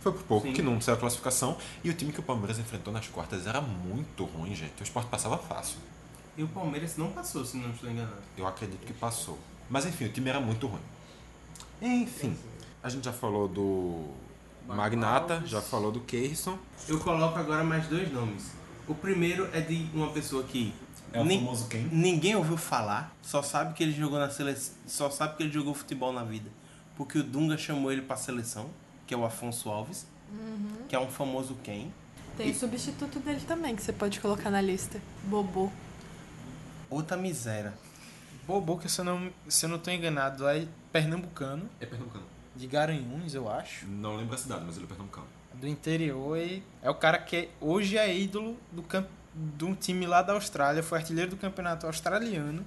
Speaker 8: Foi por pouco,
Speaker 10: Sim.
Speaker 8: que não saiu a classificação. E o time que o Palmeiras enfrentou nas quartas era muito ruim, gente. O Sport passava fácil.
Speaker 10: E o Palmeiras não passou, se não estou enganado.
Speaker 8: Eu acredito que passou. Mas enfim, o time era muito ruim. Enfim, a gente já falou do Magnata, já falou do Keirson.
Speaker 10: Eu coloco agora mais dois nomes. O primeiro é de uma pessoa que
Speaker 8: É o
Speaker 10: nin-
Speaker 8: famoso quem?
Speaker 10: ninguém ouviu falar, só sabe que ele jogou na seleção, só sabe que ele jogou futebol na vida, porque o Dunga chamou ele pra seleção, que é o Afonso Alves, que é um famoso quem.
Speaker 7: Tem
Speaker 10: E-
Speaker 7: o substituto dele também, que você pode colocar na lista. Bobô.
Speaker 10: Outra miséria.
Speaker 6: Bobô, que se eu não, se eu não tô enganado, lá é pernambucano,
Speaker 8: É pernambucano.
Speaker 6: de Garanhuns, eu acho.
Speaker 8: Não lembro a cidade, mas ele é pernambucano.
Speaker 6: Do interior e é o cara que é- hoje é ídolo do camp, de um time lá da Austrália, foi artilheiro do campeonato australiano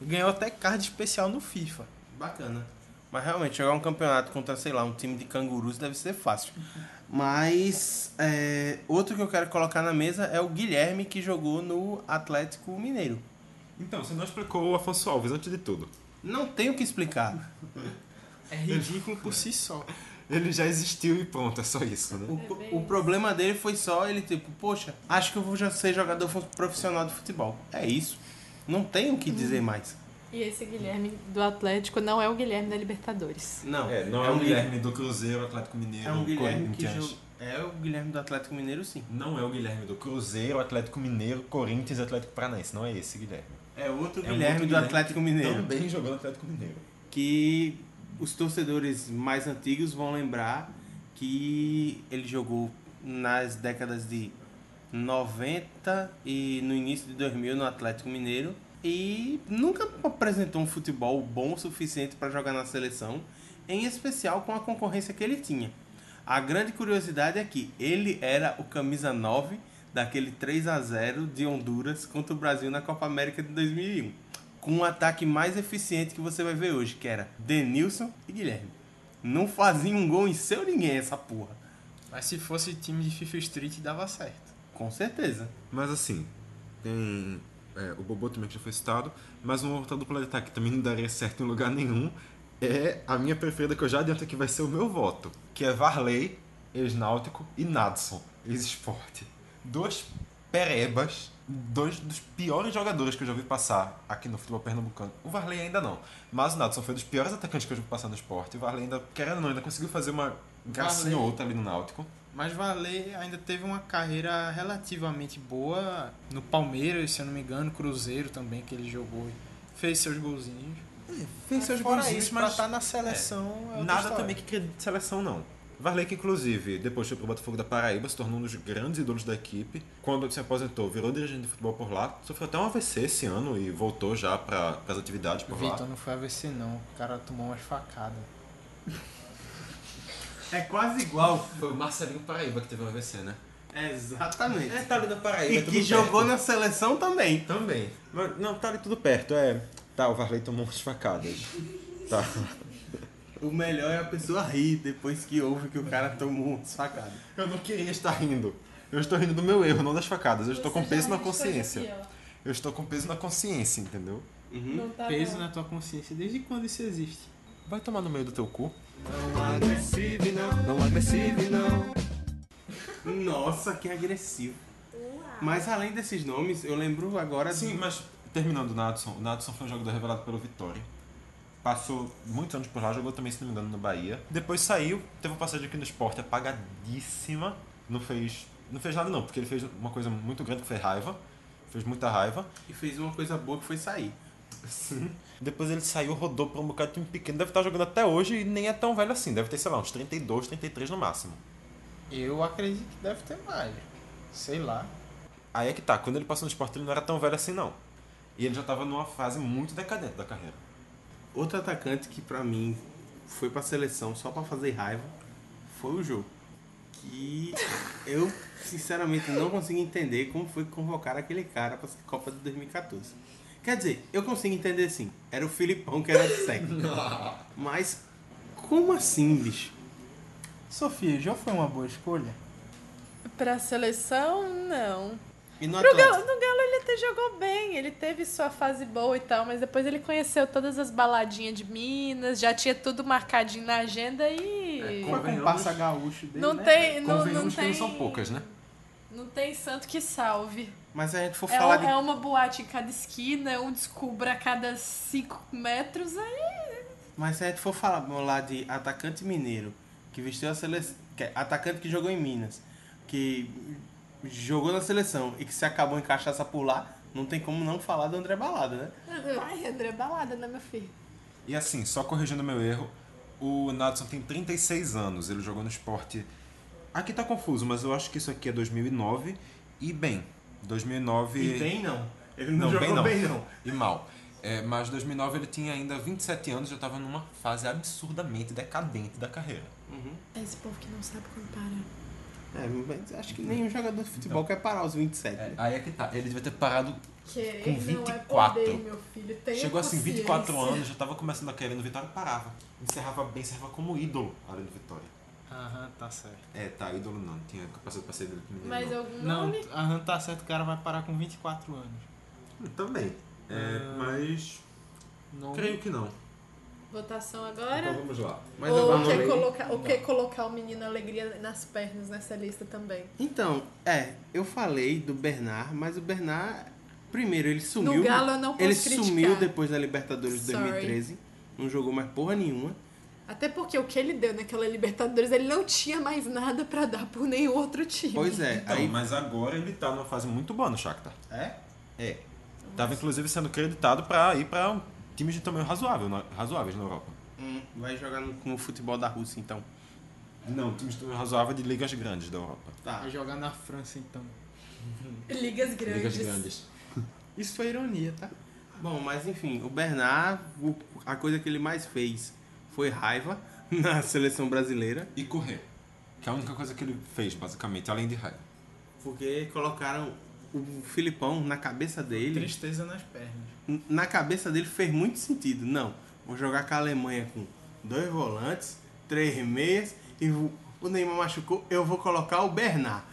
Speaker 6: e ganhou até card especial no FIFA.
Speaker 10: Bacana. Mas realmente, jogar um campeonato contra, sei lá, um time de cangurus deve ser fácil. Mas é, outro que eu quero colocar na mesa é o Guilherme, que jogou no Atlético Mineiro.
Speaker 8: Então, você não explicou o Afonso Alves antes de tudo.
Speaker 10: Não tenho o que explicar.
Speaker 6: É ridículo por si só.
Speaker 8: Ele já existiu e pronto, é só isso, né?
Speaker 10: O, o problema dele foi só ele, tipo, poxa, acho que eu vou já ser jogador fu- profissional de futebol. É isso. Não tenho o que dizer mais.
Speaker 7: E esse Guilherme do Atlético não é o Guilherme da Libertadores.
Speaker 10: Não, um
Speaker 8: É, não é, o Guilherme do Cruzeiro, Atlético Mineiro,
Speaker 10: É um Guilherme que
Speaker 8: Corinthians.
Speaker 10: jo- É o Guilherme do Atlético Mineiro, sim.
Speaker 8: Não é o Guilherme do Cruzeiro, Atlético Mineiro, Corinthians e Atlético Paranaense. Não é esse Guilherme.
Speaker 10: É outro
Speaker 8: É um
Speaker 10: Guilherme
Speaker 8: outro
Speaker 10: do Atlético Mineiro.
Speaker 8: Também jogou no Atlético Mineiro.
Speaker 10: que os torcedores mais antigos vão lembrar que ele jogou nas décadas de 90 e no início de 2000 no Atlético Mineiro e nunca apresentou um futebol bom o suficiente para jogar na seleção, em especial com a concorrência que ele tinha. A grande curiosidade é que ele era o camisa 9 daquele 3 a 0 de Honduras contra o Brasil na Copa América de 2001, com um ataque mais eficiente que você vai ver hoje, que era Denilson e Guilherme. Não faziam um gol em seu ninguém essa porra.
Speaker 6: Mas se fosse time de FIFA Street, dava certo.
Speaker 10: Com certeza.
Speaker 8: Mas assim, tem é, o Bobô também que já foi citado, mas uma outra dupla de ataque que também não daria certo em lugar nenhum é a minha preferida, que eu já adianto que vai ser o meu voto, que é Varley, ex-náutico e Nadson, ex-esporte. Dois perebas, dois dos piores jogadores que eu já vi passar aqui no futebol pernambucano. O Varley ainda não, mas o Nadson foi um dos piores atacantes que eu já vi passar no esporte. O Varley ainda, querendo ou não, ainda conseguiu fazer uma gracinha
Speaker 6: Varley-
Speaker 8: ou outra ali no Náutico.
Speaker 6: Mas Valer ainda teve uma carreira relativamente boa no Palmeiras, se eu não me engano, Cruzeiro também, que ele jogou. Fez seus golzinhos.
Speaker 8: Fez
Speaker 6: Fora isso, pra estar na seleção. é outra
Speaker 8: Nada
Speaker 6: história.
Speaker 8: também que acredite em seleção, não. Varley que, inclusive, depois foi pro Botafogo da Paraíba, se tornou um dos grandes ídolos da equipe. Quando se aposentou, virou dirigente de futebol por lá. Sofreu até um AVC esse ano e voltou já para as atividades por lá.
Speaker 6: Vitor, não foi AVC não. O cara tomou umas facadas.
Speaker 10: É quase igual.
Speaker 8: Foi o Marcelinho Paraíba que teve um AVC, né?
Speaker 10: Exatamente.
Speaker 8: É, tá ali na Paraíba.
Speaker 10: E
Speaker 8: tudo
Speaker 10: que
Speaker 8: perto.
Speaker 10: jogou na seleção também.
Speaker 8: Também. Mas, não, tá ali tudo perto, é. Tá, o Varley tomou umas facadas. Tá.
Speaker 10: O melhor é a pessoa rir depois que ouve que o cara tomou um umas facadas.
Speaker 8: Eu não queria estar rindo. Eu estou rindo do meu erro, não das facadas. Eu estou
Speaker 7: Você
Speaker 8: com
Speaker 7: já
Speaker 8: peso na
Speaker 7: registrou
Speaker 8: consciência.
Speaker 7: aqui,
Speaker 8: Eu estou com peso na consciência, entendeu?
Speaker 7: ó. Não tá
Speaker 18: Peso
Speaker 7: não.
Speaker 18: na tua consciência. Desde quando isso existe?
Speaker 8: Vai tomar no meio do teu cu.
Speaker 10: Nossa, que agressivo. Mas além desses nomes, eu lembro agora
Speaker 8: Sim, mas terminando o Nadson, o Nadson foi um jogador revelado pelo Vitória. Passou muitos anos por lá, jogou também, se não me engano, no Bahia. Depois saiu, teve uma passagem aqui no esporte apagadíssima. Não fez, não fez nada não, porque ele fez uma coisa muito grande que foi raiva. Fez muita raiva.
Speaker 10: e fez uma coisa boa que foi sair.
Speaker 8: Sim. Depois ele saiu, rodou pra um bocado de time pequeno. Deve estar jogando até hoje e nem é tão velho assim. Deve ter, sei lá, uns 32, 33 no máximo.
Speaker 6: Eu acredito que deve ter mais. Sei lá.
Speaker 8: Aí é que tá, quando ele passou no esporte ele não era tão velho assim não. E ele já tava numa fase muito decadente da carreira.
Speaker 10: Outro atacante que pra mim foi pra seleção só pra fazer raiva foi o jogo. Que eu sinceramente não consigo entender como foi que convocaram aquele cara pra Copa de 2014. Quer dizer, eu consigo entender sim. Era o Filipão que era de técnico. Mas como assim, bicho?
Speaker 6: Sofia, já foi uma boa escolha?
Speaker 7: Pra seleção, não.
Speaker 10: E é no
Speaker 7: Pro Galo,
Speaker 10: Atlético?
Speaker 7: no Galo ele até jogou bem, ele teve sua fase boa e tal, mas depois ele conheceu todas as baladinhas de Minas, já tinha tudo marcadinho na agenda e.
Speaker 6: Foi com
Speaker 10: Um
Speaker 8: Convenhamos-
Speaker 6: o passa gaúcho dele,
Speaker 7: não
Speaker 6: né?
Speaker 7: tem. Não, não
Speaker 8: Convenhamos que
Speaker 7: tem.
Speaker 8: não são poucas, né?
Speaker 7: Não tem santo que salve.
Speaker 10: Mas se a gente for
Speaker 7: É,
Speaker 10: falar
Speaker 7: um-
Speaker 10: de
Speaker 7: é uma boate em cada esquina, um descubra a cada 5 metros, aí.
Speaker 10: Mas se a gente for falar vamos lá de atacante mineiro, que vestiu a seleção. Que é atacante que jogou em Minas, que jogou na seleção e que se acabou em cachaça por lá, não tem como não falar do André Balada, né?
Speaker 7: Ai, André, balada, né, meu filho?
Speaker 8: E assim, só corrigindo meu erro, o Nadson tem 36 anos, ele jogou no esporte. Aqui tá confuso, mas eu acho que isso aqui é 2009 e bem. 2009
Speaker 10: E bem não. Ele
Speaker 8: não,
Speaker 10: não,
Speaker 8: bem
Speaker 10: jogou
Speaker 8: não.
Speaker 10: bem não.
Speaker 8: E mal. É, mas 2009 ele tinha ainda 27 anos, já tava numa fase absurdamente decadente da carreira.
Speaker 7: É esse povo que não sabe quando para.
Speaker 10: É, mas acho que nenhum jogador de futebol quer parar os 27.
Speaker 8: É,
Speaker 10: né?
Speaker 8: aí é que tá, ele devia ter parado.
Speaker 7: Querer
Speaker 8: Com
Speaker 7: não é
Speaker 8: 24.
Speaker 7: poder, meu filho. Tenha
Speaker 8: Chegou assim, 24
Speaker 7: consciência.
Speaker 8: anos, já tava começando a querer no Vitória e parava. Encerrava bem, encerrava como ídolo a área do Vitória.
Speaker 6: Aham, tá certo.
Speaker 8: É, tá, ídolo não, não tinha capacidade pra ser ídolo do Mineiro,
Speaker 7: Mas
Speaker 8: não.
Speaker 7: algum
Speaker 6: Não,
Speaker 7: nome?
Speaker 6: aham, tá certo, o cara vai parar com 24 anos.
Speaker 8: Também. É, mas.
Speaker 6: Não.
Speaker 8: Creio que não.
Speaker 7: Votação
Speaker 8: Então
Speaker 7: agora.
Speaker 8: vamos lá.
Speaker 10: Mas eu
Speaker 7: Ou
Speaker 10: vou-
Speaker 7: quer, colocar, ou quer colocar o menino Alegria nas pernas nessa lista também?
Speaker 10: Então, é, eu falei do Bernard, mas o Bernard, primeiro, ele sumiu.
Speaker 7: Galo eu não posso
Speaker 10: Ele
Speaker 7: criticar.
Speaker 10: sumiu depois da Libertadores de
Speaker 7: Sorry.
Speaker 10: 2013. Não jogou mais porra nenhuma.
Speaker 7: Até porque o que ele deu naquela Libertadores, ele não tinha mais nada pra dar por nenhum outro time.
Speaker 10: Pois é,
Speaker 8: Então,
Speaker 10: aí.
Speaker 8: mas agora ele tá numa fase muito boa no Shakhtar.
Speaker 10: É?
Speaker 8: É. Tava inclusive sendo creditado pra ir pra times de tamanho razoável, na- razoáveis na Europa.
Speaker 10: Hum, vai jogar no, com o futebol da Rússia, então.
Speaker 8: Não, times de tamanho razoável de ligas grandes da Europa.
Speaker 10: Tá.
Speaker 6: Vai jogar na França então.
Speaker 10: é.
Speaker 7: Ligas grandes.
Speaker 8: Ligas grandes.
Speaker 6: Isso foi ironia, tá?
Speaker 10: Bom, mas enfim, o Bernard, o- a coisa que ele mais fez foi raiva <laughs> na seleção brasileira,
Speaker 8: E correr. Que é a única coisa que ele fez, basicamente, além de raiva.
Speaker 10: porque colocaram o Filipão na cabeça dele.
Speaker 6: Tristeza nas pernas.
Speaker 10: N- Na cabeça dele fez muito sentido. Não, vou jogar com a Alemanha com dois volantes, três meias e o o Neymar machucou, eu vou colocar o Bernard.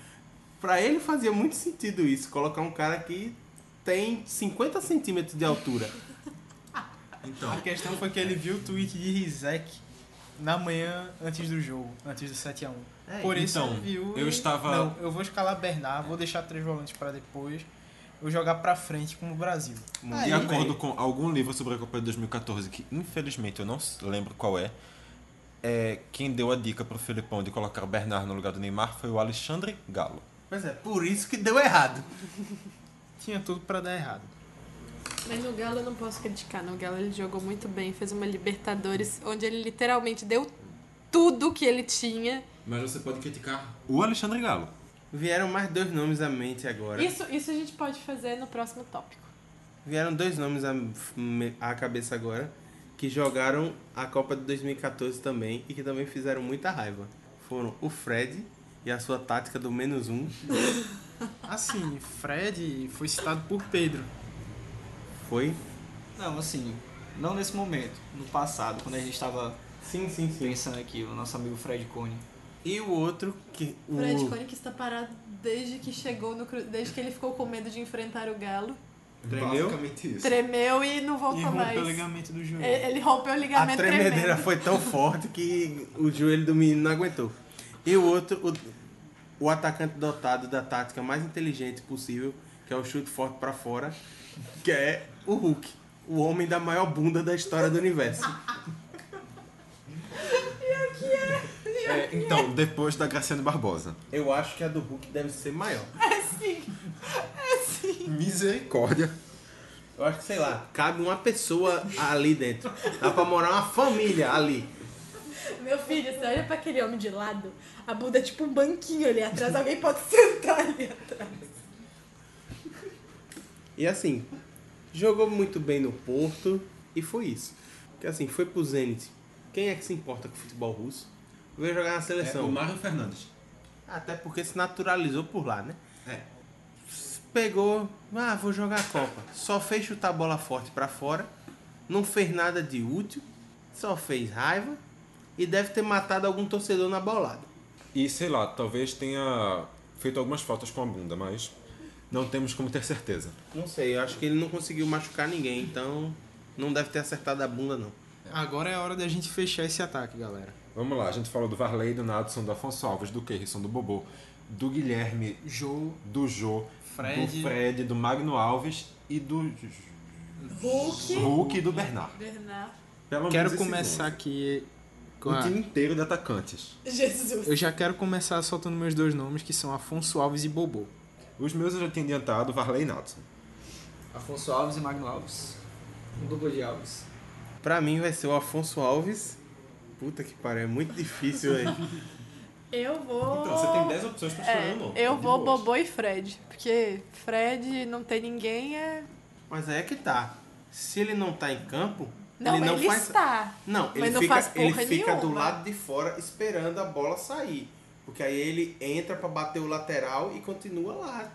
Speaker 10: Pra ele fazia muito sentido isso, colocar um cara que tem 50 centímetros de altura.
Speaker 19: Então.
Speaker 6: A questão foi que ele viu o tweet de Rizek na manhã antes do jogo, antes do 7x1. Por isso
Speaker 8: então,
Speaker 6: ele viu.
Speaker 8: eu
Speaker 6: e-
Speaker 8: estava-
Speaker 6: Não, eu vou escalar Bernard, vou deixar três volantes pra depois. Vou jogar pra frente como o Brasil.
Speaker 8: De acordo com algum livro sobre a Copa de 2014, que infelizmente eu não s- lembro qual é, é, quem deu a dica pro Felipão de colocar o Bernard no lugar do Neymar foi o Alexandre Galo.
Speaker 10: Pois é, por isso que deu errado.
Speaker 6: Tinha tudo pra dar errado.
Speaker 20: Mas no Galo eu não posso criticar. No Galo ele jogou muito bem, fez uma Libertadores, onde ele literalmente deu tudo que ele tinha
Speaker 19: Mas você pode criticar
Speaker 8: o Alexandre Galo.
Speaker 10: Vieram mais dois nomes à mente agora.
Speaker 21: Isso, isso a gente pode fazer no próximo tópico.
Speaker 10: Vieram dois nomes à, à cabeça agora que jogaram a Copa de 2014 também e que também fizeram muita raiva. Foram o Fred e a sua tática do menos um.
Speaker 6: Assim, Fred foi citado por Pedro.
Speaker 10: Foi?
Speaker 9: Não, assim, não nesse momento. No passado, quando a gente estava
Speaker 10: sim, sim, sim.
Speaker 9: pensando aqui, o nosso amigo Fred Cone.
Speaker 10: E o outro que. O...
Speaker 7: Fred Cone que está parado desde que chegou no cru... desde que ele ficou com medo de enfrentar o galo.
Speaker 10: Tremeu?
Speaker 7: Tremeu e não voltou
Speaker 6: E rompeu o
Speaker 7: mais.
Speaker 6: ligamento do joelho.
Speaker 7: Ele ele rompeu o
Speaker 10: A
Speaker 7: ligamento
Speaker 10: tremedeira
Speaker 7: tremendo.
Speaker 10: foi tão forte que o joelho do menino não aguentou. E o outro, o, o atacante dotado da tática mais inteligente possível, que é o chute forte pra fora, que é o Hulk, o homem da maior bunda da história do universo.
Speaker 8: É, então, depois da Graciane Barbosa.
Speaker 10: Eu acho que a do Hulk deve ser maior.
Speaker 7: É sim. É sim.
Speaker 8: Misericórdia.
Speaker 10: Eu acho que, sei lá, cabe uma pessoa ali dentro. Dá pra morar uma família ali.
Speaker 7: Meu filho, você olha pra aquele homem de lado, a bunda é tipo um banquinho ali atrás, alguém pode <laughs> sentar ali atrás.
Speaker 10: E assim, jogou muito bem no Porto e foi isso. Porque assim, foi pro Zenit. Quem é que se importa com o futebol russo? Veio jogar na
Speaker 19: é,
Speaker 10: seleção.
Speaker 19: o Mário Fernandes.
Speaker 10: Até porque se naturalizou por lá, né?
Speaker 19: É.
Speaker 10: Pegou, ah, vou jogar a Copa. Só fez chutar a bola forte pra fora, não fez nada de útil, só fez raiva e deve ter matado algum torcedor na bolada.
Speaker 8: E sei lá, talvez tenha feito algumas fotos com a bunda, mas não temos como ter certeza.
Speaker 10: Não sei, eu acho que ele não conseguiu machucar ninguém, então não deve ter acertado a bunda não.
Speaker 6: Agora é a hora da gente fechar esse ataque, galera.
Speaker 8: Vamos lá, a gente falou do Varley, do Nadson, do Afonso Alves, do Kerrisson, do Bobô, do Guilherme,
Speaker 6: Jô,
Speaker 8: do Jô,
Speaker 6: Fred.
Speaker 8: do Fred, do Magno Alves e do
Speaker 7: Hulk,
Speaker 8: Hulk e do Bernard.
Speaker 7: Bernard,
Speaker 8: Pelo menos
Speaker 6: Quero
Speaker 8: esses
Speaker 6: começar
Speaker 8: onze.
Speaker 6: aqui com
Speaker 8: O
Speaker 6: a...
Speaker 8: time inteiro de atacantes.
Speaker 7: Jesus.
Speaker 6: Eu já quero começar soltando meus dois nomes, que são Afonso Alves e Bobô.
Speaker 8: Os meus eu já tinha adiantado, Varley e Nadson.
Speaker 9: Afonso Alves e Magno Alves. Um duplo de Alves.
Speaker 10: Pra mim vai ser o Afonso Alves. Puta que pariu, é muito difícil aí.
Speaker 7: Eu vou.
Speaker 19: Então, você tem 10 opções pra escolher
Speaker 7: É,
Speaker 19: um novo.
Speaker 7: eu
Speaker 19: De
Speaker 7: vou
Speaker 19: boas.
Speaker 7: Bobô e Fred, porque Fred não tem ninguém é.
Speaker 10: Mas aí é que tá. Se ele não tá em campo,
Speaker 7: Não,
Speaker 10: ele
Speaker 7: ele,
Speaker 10: não faz
Speaker 7: está.
Speaker 10: Não,
Speaker 7: Mas
Speaker 10: ele
Speaker 7: não
Speaker 10: fica,
Speaker 7: faz porra
Speaker 10: ele fica do
Speaker 7: nenhuma.
Speaker 10: lado de fora esperando a bola sair. Porque aí ele entra pra bater o lateral e continua lá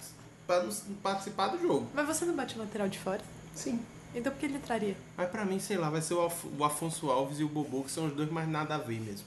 Speaker 10: pra não participar do jogo.
Speaker 7: Mas você não bate o lateral de fora?
Speaker 10: Sim.
Speaker 7: Então por que ele traria?
Speaker 10: Mas pra mim, sei lá, vai ser o, Af- o Afonso Alves e o Bobô, que são os dois mais nada a ver mesmo.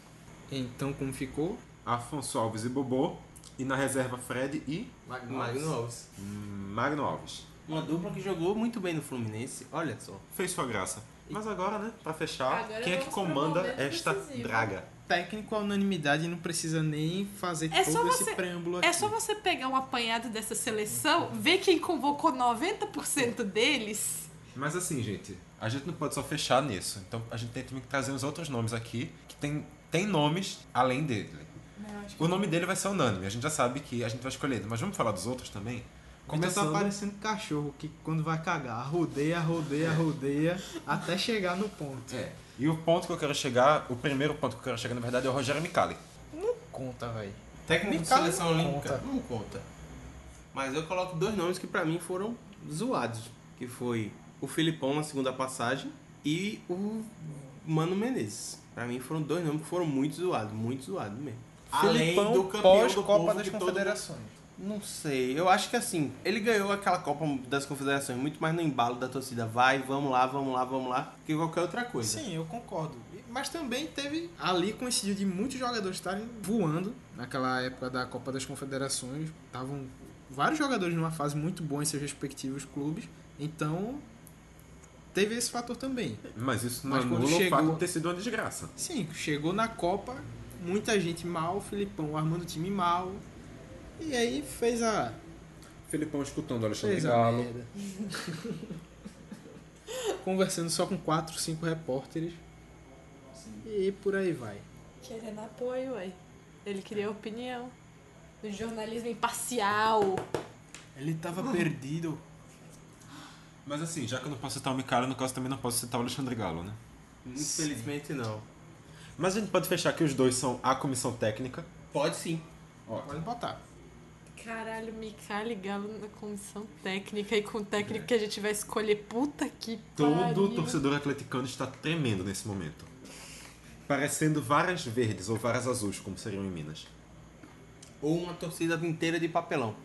Speaker 6: Então, como ficou?
Speaker 8: Afonso Alves e Bobô. E na reserva, Fred e
Speaker 10: Magno Alves.
Speaker 8: Magno Alves.
Speaker 10: Uma dupla que jogou muito bem no Fluminense, olha só.
Speaker 8: Fez sua graça. Mas agora, né, pra fechar,
Speaker 7: Agora
Speaker 8: quem é que
Speaker 7: vamos pro
Speaker 8: comanda
Speaker 7: momento
Speaker 8: esta
Speaker 7: decisivo.
Speaker 8: draga?
Speaker 6: Técnico, a unanimidade não precisa nem fazer
Speaker 7: É só
Speaker 6: todo esse
Speaker 7: você-
Speaker 6: preâmbulo aqui.
Speaker 7: É só você pegar um apanhado dessa seleção, ver quem convocou 90% deles.
Speaker 8: Mas assim, gente, a gente não pode só fechar nisso. Então a gente tem também que trazer uns outros nomes aqui, que tem, tem nomes além dele. O nome dele vai ser unânime, a gente já sabe que a gente vai escolher, mas vamos falar dos outros também? Então,
Speaker 6: Começando...
Speaker 8: Começando...
Speaker 6: tá parecendo cachorro que quando vai cagar, rodeia, rodeia, rodeia, até chegar no ponto.
Speaker 8: É. E o ponto que eu quero chegar, o primeiro ponto que eu quero chegar, na verdade, é o Rogério Micali.
Speaker 6: Conta, velho.
Speaker 9: É
Speaker 10: Técnico de seleção olímpica.
Speaker 6: conta.
Speaker 10: Não conta. Mas eu coloco dois nomes que pra mim foram zoados. Que foi o Filipão na segunda passagem e o Mano Menezes. Pra mim foram dois nomes que foram muito zoados, muito zoados mesmo. Além do campeão do povo que todo Não sei, eu acho que assim, ele ganhou aquela Copa das Confederações muito mais no embalo da torcida. Vai, vamos lá, vamos lá, vamos lá, que qualquer outra coisa.
Speaker 6: Sim, eu concordo. Mas também teve. Ali coincidiu de muitos jogadores estarem voando. Naquela época da Copa das Confederações. Estavam vários jogadores numa fase muito boa em seus respectivos clubes. Então. Teve esse fator também.
Speaker 8: Mas isso não
Speaker 6: Mas quando
Speaker 8: anula o
Speaker 6: chegou-
Speaker 8: fato de ter sido uma desgraça.
Speaker 6: Sim, chegou na Copa, muita gente mal, Filipão armando o time mal. E aí fez a.
Speaker 8: Felipão escutando o Alexandre
Speaker 6: Fez a
Speaker 8: Galo.
Speaker 6: merda. <laughs> Conversando só com quatro, cinco repórteres. E por aí vai.
Speaker 7: Querendo apoio, ué. Ele queria opinião. O jornalismo imparcial.
Speaker 22: Ele tava perdido.
Speaker 8: Mas assim, já que eu não posso citar o Micali, no caso também não posso citar o Alexandre Galo, né?
Speaker 10: Infelizmente não.
Speaker 8: Mas a gente pode fechar que os dois são a comissão técnica.
Speaker 5: Pode sim.
Speaker 6: Ó, pode botar.
Speaker 7: Caralho, Micali Galo na comissão técnica e com o técnico que a gente vai escolher. Puta que
Speaker 8: Todo
Speaker 7: pariu.
Speaker 8: torcedor atleticano está tremendo nesse momento. Parecendo varas verdes ou varas azuis, como seriam em Minas.
Speaker 5: Ou uma torcida inteira de papelão.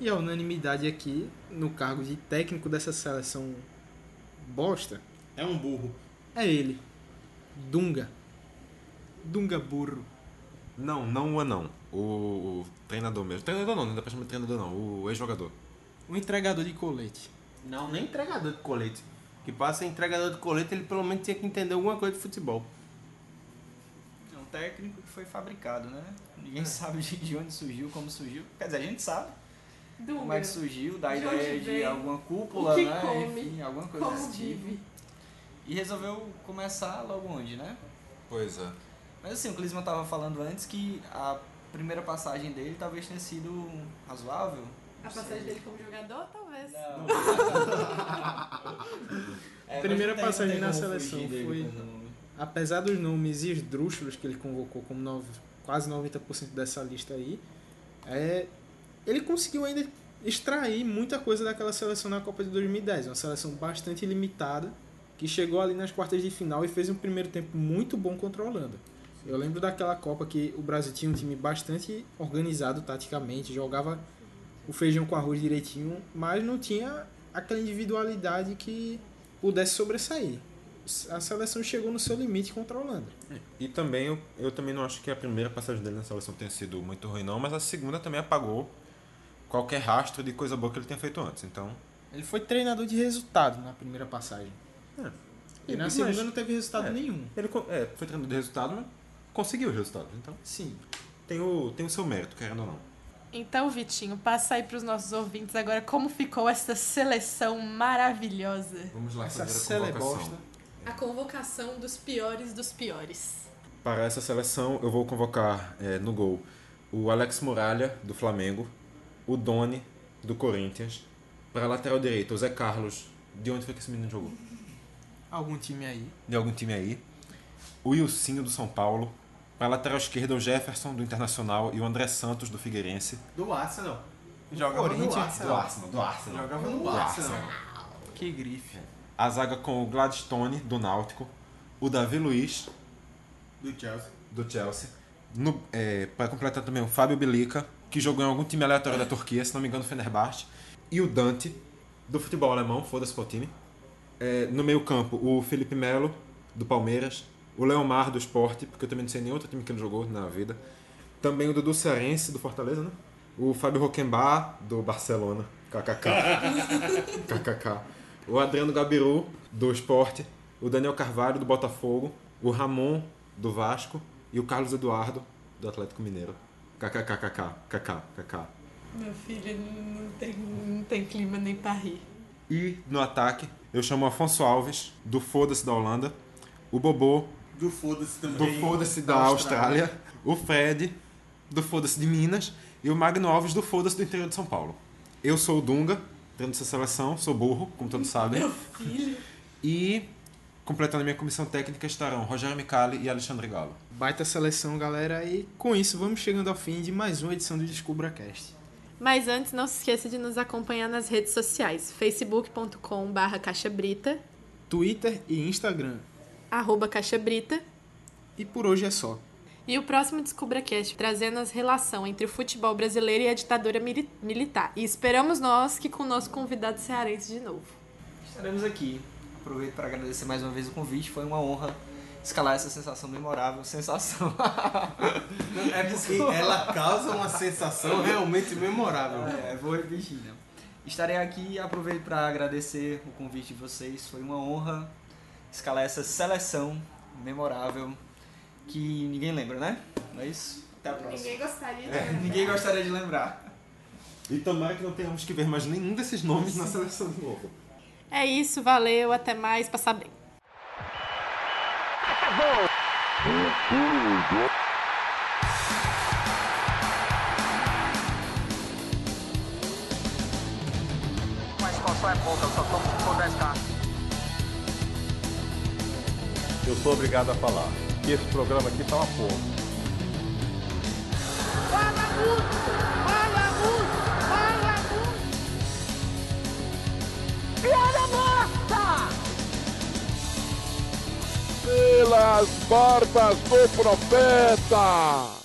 Speaker 6: E a unanimidade aqui, no cargo de técnico dessa seleção bosta,
Speaker 5: É um burro.
Speaker 6: é ele. Dunga. Dunga burro.
Speaker 8: Não, não o anão. O, o treinador mesmo. Treinador não, não dá pra chamar de treinador não. O ex-jogador.
Speaker 6: Um entregador de colete.
Speaker 5: Não, nem entregador de colete. Que passa entregador de colete, ele pelo menos tinha que entender alguma coisa de futebol.
Speaker 9: É um técnico que foi fabricado, né?
Speaker 6: É.
Speaker 9: Ninguém sabe de de onde surgiu, como surgiu. Quer dizer, a gente sabe
Speaker 7: Dunga.
Speaker 9: como é que surgiu, da
Speaker 7: De onde
Speaker 9: ideia de
Speaker 7: vem?
Speaker 9: alguma cúpula,
Speaker 7: O que
Speaker 9: né?
Speaker 7: come?
Speaker 9: Enfim, alguma coisa
Speaker 7: Como
Speaker 9: desse tipo.
Speaker 7: vive?
Speaker 9: E resolveu começar logo onde, né?
Speaker 8: Pois é.
Speaker 9: Mas assim, o Clisman tava falando antes que a primeira passagem dele talvez tenha sido razoável.
Speaker 7: A passagem dele como jogador, talvez.
Speaker 9: <laughs> É, mas
Speaker 6: Primeira
Speaker 9: não tem- não
Speaker 6: passagem
Speaker 9: tem
Speaker 6: na
Speaker 9: como
Speaker 6: seleção
Speaker 9: fugir dele
Speaker 6: foi-
Speaker 9: quando-
Speaker 6: Apesar dos nomes esdrúxulos que ele convocou, como nove, quase 90% dessa lista aí, é, ele conseguiu ainda extrair muita coisa daquela seleção na Copa de 2010. Uma seleção bastante limitada, que chegou ali nas quartas de final e fez um primeiro tempo muito bom contra a Holanda. Eu lembro daquela Copa que o Brasil tinha um time bastante organizado taticamente, jogava o feijão com arroz direitinho, mas não tinha aquela individualidade que pudesse sobressair. A seleção chegou no seu limite contra a Holanda.
Speaker 8: E também, eu, eu também não acho que a primeira passagem dele na seleção tenha sido muito ruim não, mas a segunda também apagou qualquer rastro de coisa boa que ele tenha feito antes. Então,
Speaker 6: Ele foi treinador de resultado na primeira passagem.
Speaker 8: É.
Speaker 6: E na
Speaker 8: Mas-
Speaker 6: segunda não teve resultado
Speaker 8: é.
Speaker 6: nenhum.
Speaker 8: ele co- é, foi treinando de resultado, mas conseguiu os resultados. Então,
Speaker 6: Sim.
Speaker 8: tem o, tem o seu mérito, querendo ou não.
Speaker 7: Então, Vitinho, passa aí pros nossos ouvintes agora como ficou essa seleção maravilhosa.
Speaker 8: Vamos lá
Speaker 6: Essa é
Speaker 8: fazer a convocação.
Speaker 6: celebosta.
Speaker 7: A convocação dos piores dos piores.
Speaker 8: Para essa seleção, eu vou convocar eh, no gol o Alex Muralha, do Flamengo, o Doni, do Corinthians, para a lateral direita, o Zé Carlos, de onde foi que esse menino jogou?
Speaker 6: Algum time aí.
Speaker 8: De algum time aí. O Ilcinho, do São Paulo, para a lateral esquerda, o Jefferson, do Internacional, e o André Santos, do Figueirense.
Speaker 10: Do Arsenal.
Speaker 8: Jogava
Speaker 10: Corinthians.
Speaker 8: Do Arsenal, do Arsenal.
Speaker 10: Jogava no
Speaker 8: Do
Speaker 10: Arsenal.
Speaker 6: Que grife.
Speaker 8: A zaga com o Gladstone, do Náutico, o Davi Luiz,
Speaker 10: Do Chelsea.
Speaker 8: do Chelsea. No, é, para completar também o Fábio Bilica, que jogou em algum time aleatório da Turquia, se não me engano, Fenerbahçe. E o Dante, do futebol alemão, foda-se qual time. É, no meio campo, o Felipe Melo, do Palmeiras. O Leomar, do Sport, porque eu também não sei nenhum outro time que ele jogou na vida. Também o Dudu Cearense, do Fortaleza, né? O Fábio Roquembar, do Barcelona. KKK. KKK. O Adriano Gabiru, do Sport. O Daniel Carvalho, do Botafogo. O Ramon, do Vasco. E o Carlos Eduardo, do Atlético Mineiro. KKKKK. KKKK.
Speaker 7: Meu filho, não tem, não tem clima nem pra rir.
Speaker 8: E no ataque, eu chamo o Afonso Alves, do Foda-se da Holanda. O Bobô,
Speaker 10: Do foda-se
Speaker 8: do
Speaker 10: também.
Speaker 8: Foda-se da Austrália. O Fred, do Foda-se de Minas. E o Magno Alves, do Foda-se do interior de São Paulo. Eu sou o Dunga, treino dessa seleção, sou burro, como todos sabem. E completando a minha comissão técnica estarão Rogério Micali e Alexandre Galo.
Speaker 6: Baita seleção, galera. E com isso, vamos chegando ao fim de mais uma edição do DescubraCast.
Speaker 7: Mas antes, não se esqueça de nos acompanhar nas redes sociais. facebook.com.br caixabrita,
Speaker 6: Twitter e Instagram.
Speaker 7: arroba caixabrita.
Speaker 6: E por hoje é só.
Speaker 7: E o próximo DescubraCast, trazendo a relação entre o futebol brasileiro e a ditadura mili- militar. E esperamos nós que com o nosso convidado cearense de novo.
Speaker 9: Estaremos aqui. Aproveito para agradecer mais uma vez o convite. Foi uma honra escalar essa sensação memorável. Sensação.
Speaker 5: É
Speaker 9: <laughs>
Speaker 5: porque ela causa uma sensação realmente memorável.
Speaker 9: É, vou repetir, né? Estarei aqui e aproveito para agradecer o convite de vocês. Foi uma honra escalar essa seleção memorável que ninguém lembra, né? Não é isso? Até a próxima.
Speaker 7: gostaria
Speaker 9: É, ninguém gostaria de lembrar.
Speaker 8: E tomara que não tenhamos que ver mais nenhum desses nomes na seleção de novo.
Speaker 7: É isso, valeu, até mais, passar bem.
Speaker 2: Mas qual só é pouca, eu só tomo se for 10k.
Speaker 3: Eu sou obrigado a falar que esse programa aqui tá uma porra.
Speaker 7: muito! Fala muito! Fala muito! Piada morta!
Speaker 3: Pelas bordas do profeta!